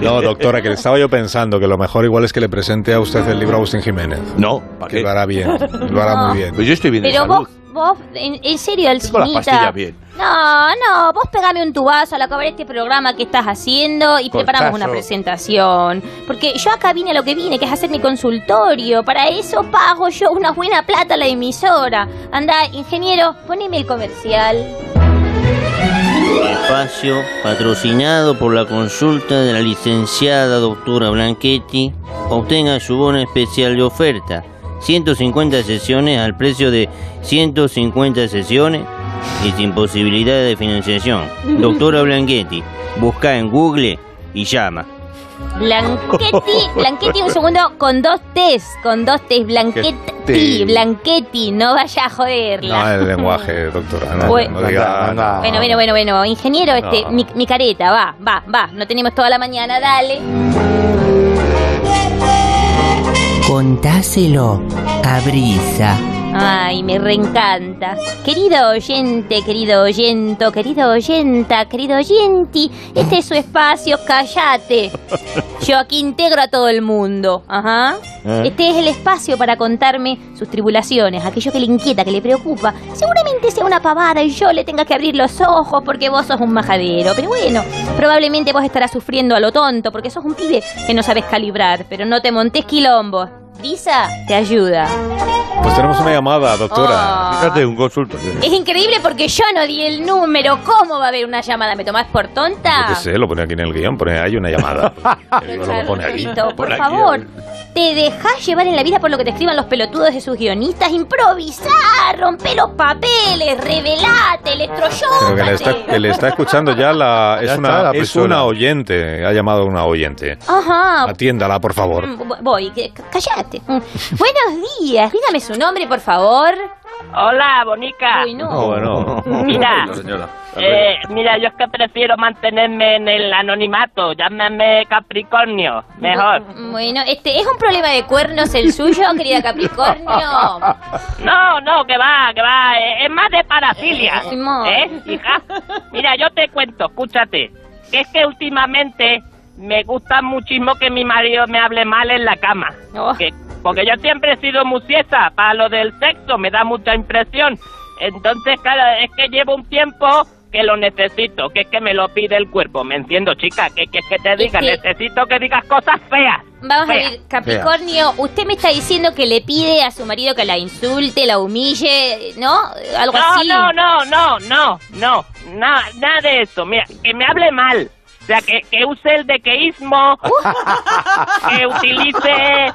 Speaker 1: No, doctora, que le estaba yo pensando que lo mejor igual es que le presente a usted el libro Agustín Jiménez.
Speaker 17: No,
Speaker 1: que lo hará bien, lo hará
Speaker 4: No.
Speaker 1: muy bien.
Speaker 17: Pues yo estoy
Speaker 4: Pero vos, vos, en, en serio,
Speaker 17: Tengo las
Speaker 4: Alcinita.
Speaker 17: pastillas bien.
Speaker 4: No, no, vos pegame un tubazo al acabar este programa que estás haciendo y preparamos
Speaker 17: Cortazo.
Speaker 4: una presentación. Porque yo acá vine a lo que vine, que es hacer mi consultorio. Para eso pago yo una buena plata a la emisora. Anda, ingeniero, poneme el comercial.
Speaker 18: Espacio patrocinado por la consulta de la licenciada doctora Blanchetti. Obtenga su bono especial de oferta. 150 sesiones al precio de 150 sesiones y sin posibilidad de financiación. Doctora Blanchetti, busca en Google y llama.
Speaker 4: Blanquetti, Blanquetti, un segundo, con dos T's, con dos T's. Blanquetti,
Speaker 1: Quetti.
Speaker 4: Blanquetti, no vaya a joderla.
Speaker 1: No, el lenguaje, doctora, no,
Speaker 4: Bueno.
Speaker 1: no diga...
Speaker 4: Bueno, bueno, bueno, bueno, ingeniero, este,
Speaker 1: No.
Speaker 4: mi, mi careta, va, va, va, no tenemos toda la mañana, dale.
Speaker 19: Contáselo a Brisa.
Speaker 4: Ay, me reencanta. Querido oyente, querido oyento, querido oyenta, querido oyenti, este es su espacio, cállate. Yo aquí integro a todo el mundo. Ajá.
Speaker 9: ¿Eh?
Speaker 4: Este es el espacio para contarme sus tribulaciones, aquello que le inquieta, que le preocupa. Seguramente sea una pavada y yo le tenga que abrir los ojos porque vos sos un majadero. Pero bueno, probablemente vos estarás sufriendo a lo tonto porque sos un pibe que no sabes calibrar. Pero no te montes quilombo. Visa te ayuda.
Speaker 1: Pues tenemos una llamada, doctora.
Speaker 4: Ah.
Speaker 1: Fíjate, un consultorio.
Speaker 4: Es increíble porque yo no di el número. ¿Cómo va a haber una llamada? ¿Me tomás por tonta?
Speaker 1: Que sé, lo pone aquí en el guión, pone hay una llamada. Te digo lo que pone aquí.
Speaker 4: Carlito, por
Speaker 1: Pone aquí,
Speaker 4: favor. Te dejás llevar en la vida por lo que te escriban los pelotudos de sus guionistas. Improvisar, romper los papeles, revelate,
Speaker 1: Pero que le está,
Speaker 4: electroyócate.
Speaker 1: que le está escuchando ya la. Es,
Speaker 17: está
Speaker 1: una,
Speaker 17: la
Speaker 1: es
Speaker 17: persona.
Speaker 1: una oyente. Ha llamado una oyente.
Speaker 4: Ajá.
Speaker 1: Atiéndala, por favor.
Speaker 4: Mm, vo- Voy, que- c- callate. Mm. Buenos días, dígame su nombre, por favor.
Speaker 9: Hola, bonica.
Speaker 4: Uy, no.
Speaker 1: bueno.
Speaker 9: Mira. Eh, mira, yo es que prefiero mantenerme en el anonimato. Llámame Capricornio, mejor.
Speaker 4: Bu- Bueno, este, ¿es un problema de cuernos el suyo, querida Capricornio?
Speaker 9: No, no, que va, que va. eh, Es más de parafilia.
Speaker 4: Simón.
Speaker 9: ¿Eh, hija? Mira, yo te cuento, escúchate. Que es que últimamente me gusta muchísimo que mi marido me hable mal en la cama.
Speaker 4: Oh.
Speaker 9: Que- porque yo siempre he sido muy siesta para lo del sexo, me da mucha impresión. Entonces, claro, es que llevo un tiempo que lo necesito, que es que me lo pide el cuerpo. Me entiendo, chica, que que, que te diga,
Speaker 4: que-
Speaker 9: necesito que digas cosas feas.
Speaker 4: Vamos a
Speaker 9: feas.
Speaker 4: ver, Capricornio, usted me está diciendo que le pide a su marido que la insulte, la humille, ¿no? Algo
Speaker 9: no,
Speaker 4: así.
Speaker 9: No, no, no, no, no, na- nada de eso. Mira, que me hable mal. O sea, que, que use el dequeísmo, que utilice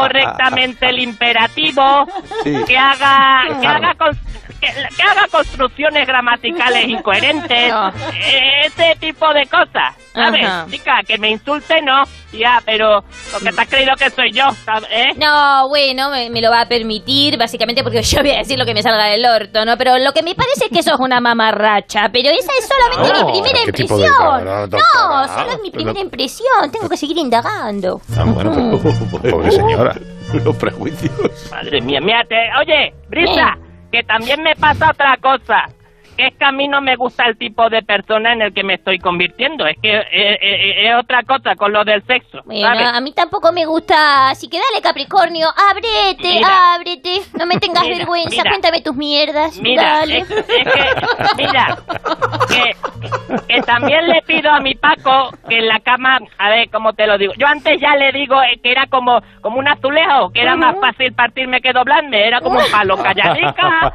Speaker 9: incorrectamente el imperativo,
Speaker 17: Sí.
Speaker 9: que haga que
Speaker 17: Claro.
Speaker 9: haga, con- que, que haga construcciones gramaticales incoherentes,
Speaker 17: No.
Speaker 9: eh, ese tipo de cosas. ¿Sabes?
Speaker 4: Ajá.
Speaker 9: Chica, que me insulte no, ya, pero porque te has creído que soy yo, ¿sabes? ¿Eh?
Speaker 4: No, bueno, me, me lo va a permitir, básicamente porque yo voy a decir lo que me salga del orto, ¿no? Pero lo que me parece es que sos una mamarracha, pero esa es solamente
Speaker 1: No,
Speaker 4: mi primera
Speaker 1: ¿qué tipo de
Speaker 4: impresión.
Speaker 1: cabrón,
Speaker 4: no,
Speaker 1: doctora?
Speaker 4: solo es mi
Speaker 1: Pero-
Speaker 4: primera impresión, tengo que seguir indagando.
Speaker 1: Ah, bueno,
Speaker 17: pues,
Speaker 1: pero-
Speaker 17: Oh.
Speaker 1: pobre señora. Los prejuicios.
Speaker 9: Madre mía, mira, te- oye, Brisa,
Speaker 4: Oh.
Speaker 9: que también me pasa otra cosa. Que es que a mí no me gusta el tipo de persona en el que me estoy convirtiendo. Es que eh, eh, eh, es otra cosa con lo del sexo.
Speaker 4: Bueno,
Speaker 9: ¿sabes?
Speaker 4: a mí tampoco me gusta, así que dale Capricornio, ábrete,
Speaker 9: Mira.
Speaker 4: ábrete, no me tengas
Speaker 9: Mira,
Speaker 4: vergüenza,
Speaker 9: mira.
Speaker 4: cuéntame tus mierdas,
Speaker 9: Mira,
Speaker 4: dale.
Speaker 9: es- es que- mira, que, que también le pido a mi Paco que en la cama, a ver cómo te lo digo. Yo antes ya le digo eh, que era como, como un azulejo, que era más fácil partirme que doblarme, era como un palo calladica,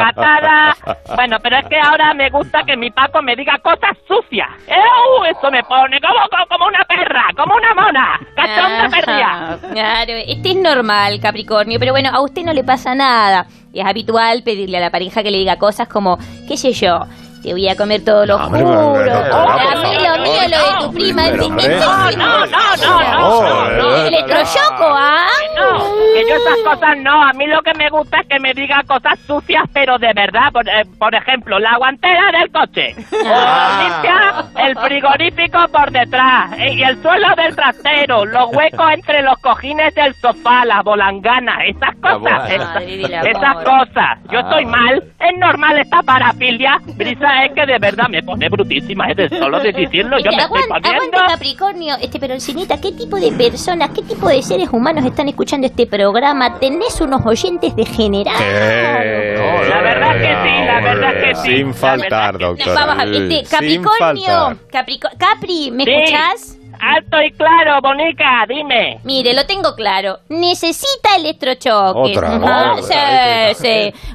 Speaker 9: recatada. Bueno, pero es que ahora me gusta que mi Paco me diga cosas sucias. ¡Eu! Eso me pone como, como, como una perra, como una mona, cachonda
Speaker 4: Ajá,
Speaker 9: perdida.
Speaker 4: Claro, este es normal, Capricornio, pero bueno, a usted no le pasa nada. Es habitual pedirle a la pareja que le diga cosas como, qué sé yo, te voy a comer todo lo
Speaker 1: hombre,
Speaker 4: juro.
Speaker 1: pero, pero, doctora,
Speaker 4: Ah,
Speaker 1: por
Speaker 4: mío,
Speaker 1: favor.
Speaker 4: mío, lo de tu prima es
Speaker 1: Pero,
Speaker 4: un
Speaker 1: hombre.
Speaker 9: No, no, no, no, no, no.
Speaker 4: Electrochoco, ¿ah?
Speaker 9: No, que yo esas cosas no. A mí lo que me gusta es que me diga cosas sucias, pero de verdad. Por, eh, por ejemplo, la guantera del coche. O
Speaker 4: Ah.
Speaker 9: limpia el frigorífico por detrás. eh, Y el suelo del trasero. Los huecos entre los cojines del sofá. Las volanganas. Esas cosas.
Speaker 4: volangana.
Speaker 9: Esas,
Speaker 4: Madre del amor.
Speaker 9: esas cosas. Yo
Speaker 4: Ah.
Speaker 9: estoy mal. Es normal esta parafilia. Brisa es que de verdad me pone brutísima. Es de solo de decirlo. Yo me
Speaker 4: Mira,
Speaker 9: estoy
Speaker 4: aguanta,
Speaker 9: poniendo.
Speaker 4: aguanta, Capricornio, este peroncinita, ¿qué tipo de personas, qué tipo de seres humanos están escuchando este programa? Tenés unos oyentes degenerados.
Speaker 1: la verdad que sí, la verdad que sí. Sin faltar, doctor.
Speaker 4: Vamos a este, Capricornio, Caprico- Capri, ¿me
Speaker 9: Sí.
Speaker 4: escuchás?
Speaker 9: Alto y claro, Bonica, dime.
Speaker 4: Mire, lo tengo claro. Necesita electrochoque.
Speaker 9: Otra,
Speaker 4: Ajá,
Speaker 9: otra.
Speaker 4: Sí, sí.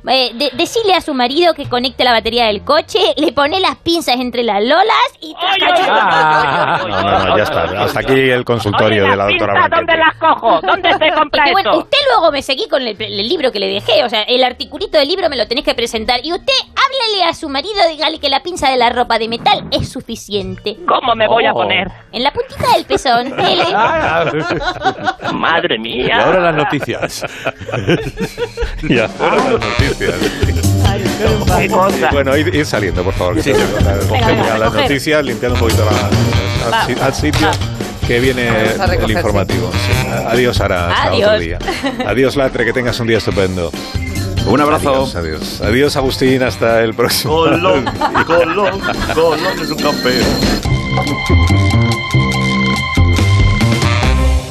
Speaker 4: Eh, de- decile a su marido que conecte la batería del coche, le pone las pinzas entre las lolas y...
Speaker 1: No, no, no, ya está. Hasta aquí el consultorio de la doctora
Speaker 4: pinzas,
Speaker 1: Blanquet.
Speaker 4: ¿dónde
Speaker 9: Ah, las cojo? ¿Dónde se compra
Speaker 4: Porque, bueno,
Speaker 9: eso?
Speaker 4: usted luego me seguí con el, el libro que le dejé. O sea, el articulito del libro me lo tenés que presentar. Y usted, háblele a su marido, dígale que la pinza de la ropa de metal es suficiente.
Speaker 9: ¿Cómo me voy a Oh. poner?
Speaker 4: En la puntita del pezón. Dele.
Speaker 2: Ah.
Speaker 9: Madre mía.
Speaker 17: Y ahora las noticias.
Speaker 1: Y ahora las noticias.
Speaker 9: Qué cosa.
Speaker 1: Bueno, ir, ir saliendo, por favor. que tengo que dar- coger ya las
Speaker 9: recoger.
Speaker 1: noticias, limpiando un poquito la- al,
Speaker 4: Va.
Speaker 1: si- al sitio que viene
Speaker 4: Vamos a
Speaker 1: el
Speaker 4: recoger,
Speaker 1: informativo. Sí. Adiós, Sara. Hasta otro
Speaker 4: Adiós.
Speaker 1: día. Adiós, Latre. Que tengas un día estupendo. Un abrazo. Adiós, adiós. Adiós, Agustín. Hasta el próximo.
Speaker 2: Colón, Colón, Colón es un campeón.